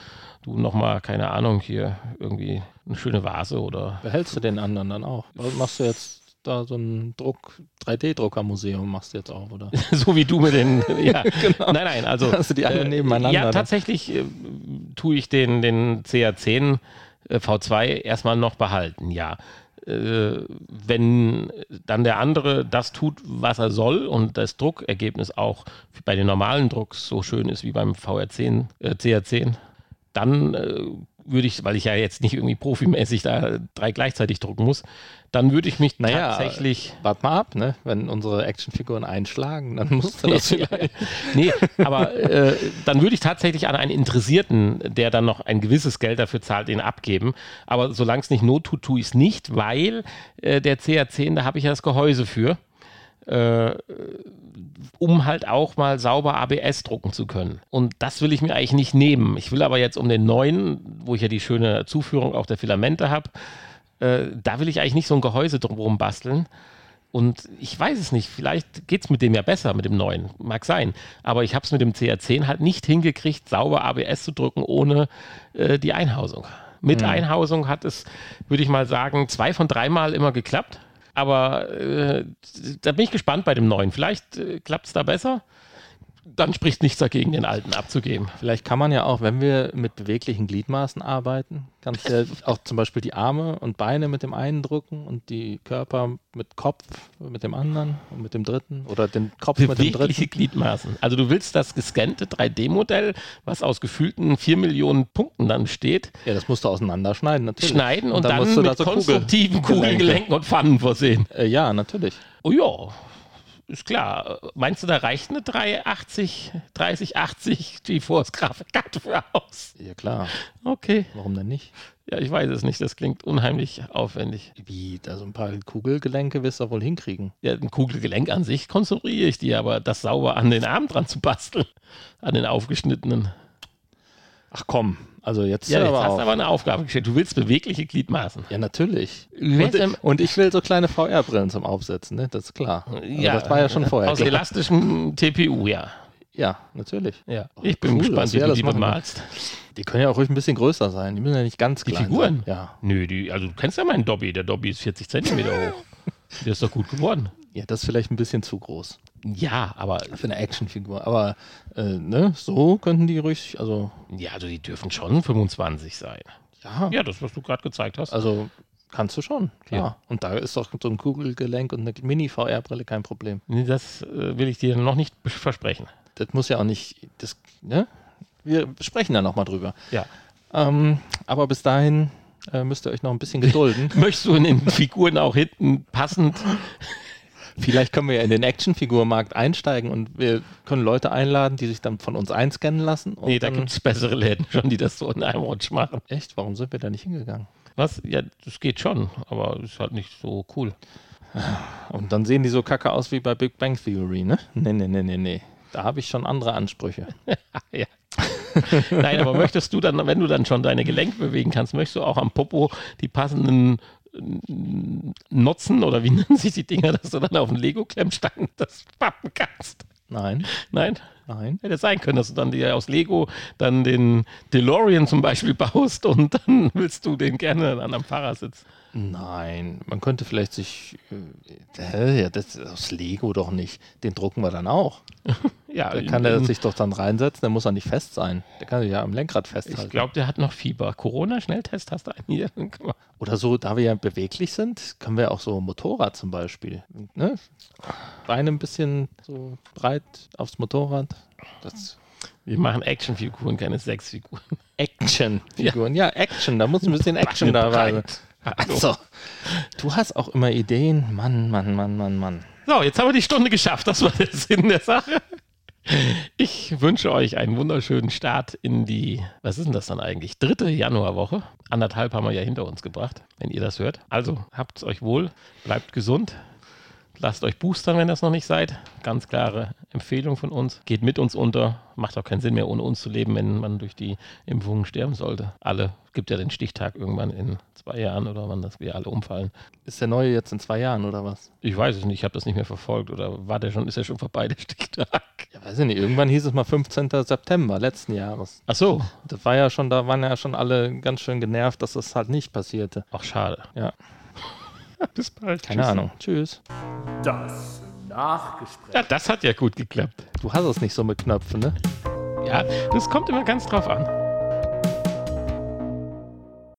du nochmal, keine Ahnung, hier irgendwie eine schöne Vase oder Behältst du den anderen dann auch? Oder Machst du jetzt da so ein Druck, 3D-Druckermuseum machst du jetzt auch, oder? so wie du mit den. Ja. Nein, nein, also. Hast du Genau. die alle nebeneinander, Ja, ne? tatsächlich äh, tue ich den, den CA10 äh, V2 erstmal noch behalten, ja. Äh, wenn dann der andere das tut, was er soll und das Druckergebnis auch bei den normalen Drucks so schön ist wie beim VR10, äh, CA10, dann äh, würde ich, weil ich ja jetzt nicht irgendwie profimäßig da drei gleichzeitig drucken muss, dann würde ich mich Naja, tatsächlich. Wart mal ab, ne? Wenn unsere Actionfiguren einschlagen, dann musst du das vielleicht. Nee, aber äh, dann würde ich tatsächlich an einen Interessierten, der dann noch ein gewisses Geld dafür zahlt, den abgeben. Aber solange es nicht not tut, tue ich es nicht, weil äh, der CA10, da habe ich ja das Gehäuse für, äh, um halt auch mal sauber ABS drucken zu können. Und das will ich mir eigentlich nicht nehmen. Ich will aber jetzt um den neuen, wo ich ja die schöne Zuführung auch der Filamente habe, äh, da will ich eigentlich nicht so ein Gehäuse drumherum basteln. Und ich weiß es nicht, vielleicht geht es mit dem ja besser, mit dem neuen. Mag sein. Aber ich habe es mit dem CR10 halt nicht hingekriegt, sauber ABS zu drücken ohne äh, die Einhausung. Mit Einhausung hat es, würde ich mal sagen, zwei von dreimal immer geklappt. Aber äh, da bin ich gespannt bei dem neuen. Vielleicht äh, klappt es da besser. Dann spricht nichts dagegen, den alten abzugeben. Vielleicht kann man ja auch, wenn wir mit beweglichen Gliedmaßen arbeiten, kannst du ja auch zum Beispiel die Arme und Beine mit dem einen drücken und die Körper mit Kopf mit dem anderen und mit dem dritten oder den Kopf mit dem Bewegliche dritten. Gliedmaßen. Also du willst das gescannte 3D-Modell, was aus gefühlten 4 Millionen Punkten dann besteht, Ja, das musst du auseinanderschneiden natürlich. schneiden und, dann, musst du da mit so Kugel- konstruktiven Kugelgelenken und Pfannen versehen. Äh, ja, natürlich. Oh ja, ist klar. Meinst du, da reicht eine 380, 3080 GeForce Grafikkarte für aus? Ja klar. Okay. Warum denn nicht? Ja, ich weiß es nicht. Das klingt unheimlich aufwendig. Wie, da so ein paar Kugelgelenke wirst du wohl hinkriegen. Ja, ein Kugelgelenk an sich konstruiere ich dir, aber das sauber an den Arm dran zu basteln, an den aufgeschnittenen. Ach komm, also jetzt, Ja, jetzt aber hast auf. du aber eine Aufgabe gestellt. Du willst bewegliche Gliedmaßen. Ja, natürlich. Wer ist denn- Und, und ich will so kleine VR-Brillen zum Aufsetzen, ne? Das ist klar. Also das war ja schon vorher. Äh, Aus klar. elastischem TPU, ja. Ja, natürlich. ja. Ich bin Cool, gespannt, dass wie wir du das die machen. bemalst. Die können ja auch ruhig ein bisschen größer sein. Die müssen ja nicht ganz Die klein Figuren? Sein. Ja. Nö, die, also du kennst ja meinen Dobby. Der Dobby ist 40 Zentimeter hoch. Der ist doch gut geworden. Ja, das ist vielleicht ein bisschen zu groß Ja, aber für eine Actionfigur. Aber äh, ne, so könnten die ruhig, also ja, also die dürfen schon 25 sein. ja, Ja, das, was du gerade gezeigt hast. also kannst du schon, klar. Ja. Und da ist doch so ein Kugelgelenk und eine Mini-VR-Brille kein Problem. Nee, das äh, will ich dir noch nicht be- versprechen. Das muss ja auch nicht, das, ne? Wir sprechen da nochmal drüber. Ja. Ähm, aber bis dahin äh, müsst ihr euch noch ein bisschen gedulden. Möchtest du in den Figuren auch hinten passend? Vielleicht können wir ja in den Actionfigurmarkt einsteigen und wir können Leute einladen, die sich dann von uns einscannen lassen. Und Nee, da dann- gibt es bessere Läden schon, die das so in einem Rutsch machen. Echt? Warum sind wir da nicht hingegangen? Was? Ja, das geht schon, aber ist halt nicht so cool. Und dann sehen die so kacke aus wie bei Big Bang Theory, ne? Nee, nee, nee, nee, nee. Da habe ich schon andere Ansprüche. Ja. Nein, aber möchtest du dann, wenn du dann schon deine Gelenke bewegen kannst, möchtest du auch am Popo die passenden äh, Notzen oder wie nennen sich die Dinger, dass du dann auf den Lego-Klemmstein das pappen kannst? Nein, Nein? nein. Hätte sein können, dass du dann dir aus Lego dann den DeLorean zum Beispiel baust und dann willst du den gerne an einem Fahrersitz. Nein, man könnte vielleicht sich. Äh, hä, ja, das ist aus Lego doch nicht. Den drucken wir dann auch. Ja, Da kann er sich doch dann reinsetzen, der muss ja nicht fest sein. Der kann sich ja am Lenkrad ich festhalten. glaube, der hat noch Fieber. Corona-Schnelltest hast du einen hier gemacht. Oder so, da wir ja beweglich sind, können wir auch so Motorrad zum Beispiel. Ne? Beine ein bisschen so breit aufs Motorrad. Das Wir machen Actionfiguren, keine Sexfiguren. Action-Figuren. Ja. Action, da muss ein bisschen Action Beine dabei sein. breit. Also, du hast auch immer Ideen. Mann, Mann, Mann, Mann, Mann. So, jetzt haben wir die Stunde geschafft. Das war der Sinn der Sache. Ich wünsche euch einen wunderschönen Start in die, was ist denn das dann eigentlich? Dritte Januarwoche. Anderthalb haben wir ja hinter uns gebracht, wenn ihr das hört. Also habt's euch wohl, bleibt gesund, lasst euch boostern, wenn das noch nicht seid. Ganz klare Empfehlung von uns. Geht mit uns unter. Macht auch keinen Sinn mehr, ohne uns zu leben, wenn man durch die Impfungen sterben sollte. Alle, gibt ja den Stichtag irgendwann in zwei Jahren oder wann das wir alle umfallen. Ist der neue jetzt in zwei Jahren oder was? Ich weiß es nicht, ich habe das nicht mehr verfolgt. Oder war der schon, ist er schon vorbei, der Stichtag? Ja, weiß ich nicht. Irgendwann hieß es mal 15. September letzten Jahres. Ach so. Das war ja schon, da waren ja schon alle ganz schön genervt, dass das halt nicht passierte. Ach, schade. Ja, Bis bald. keine Ahnung. Tschüss. Das Nachgespräch. Ja, das hat ja gut geklappt. Du hast es nicht so mit Knöpfen, ne? Ja, das kommt immer ganz drauf an.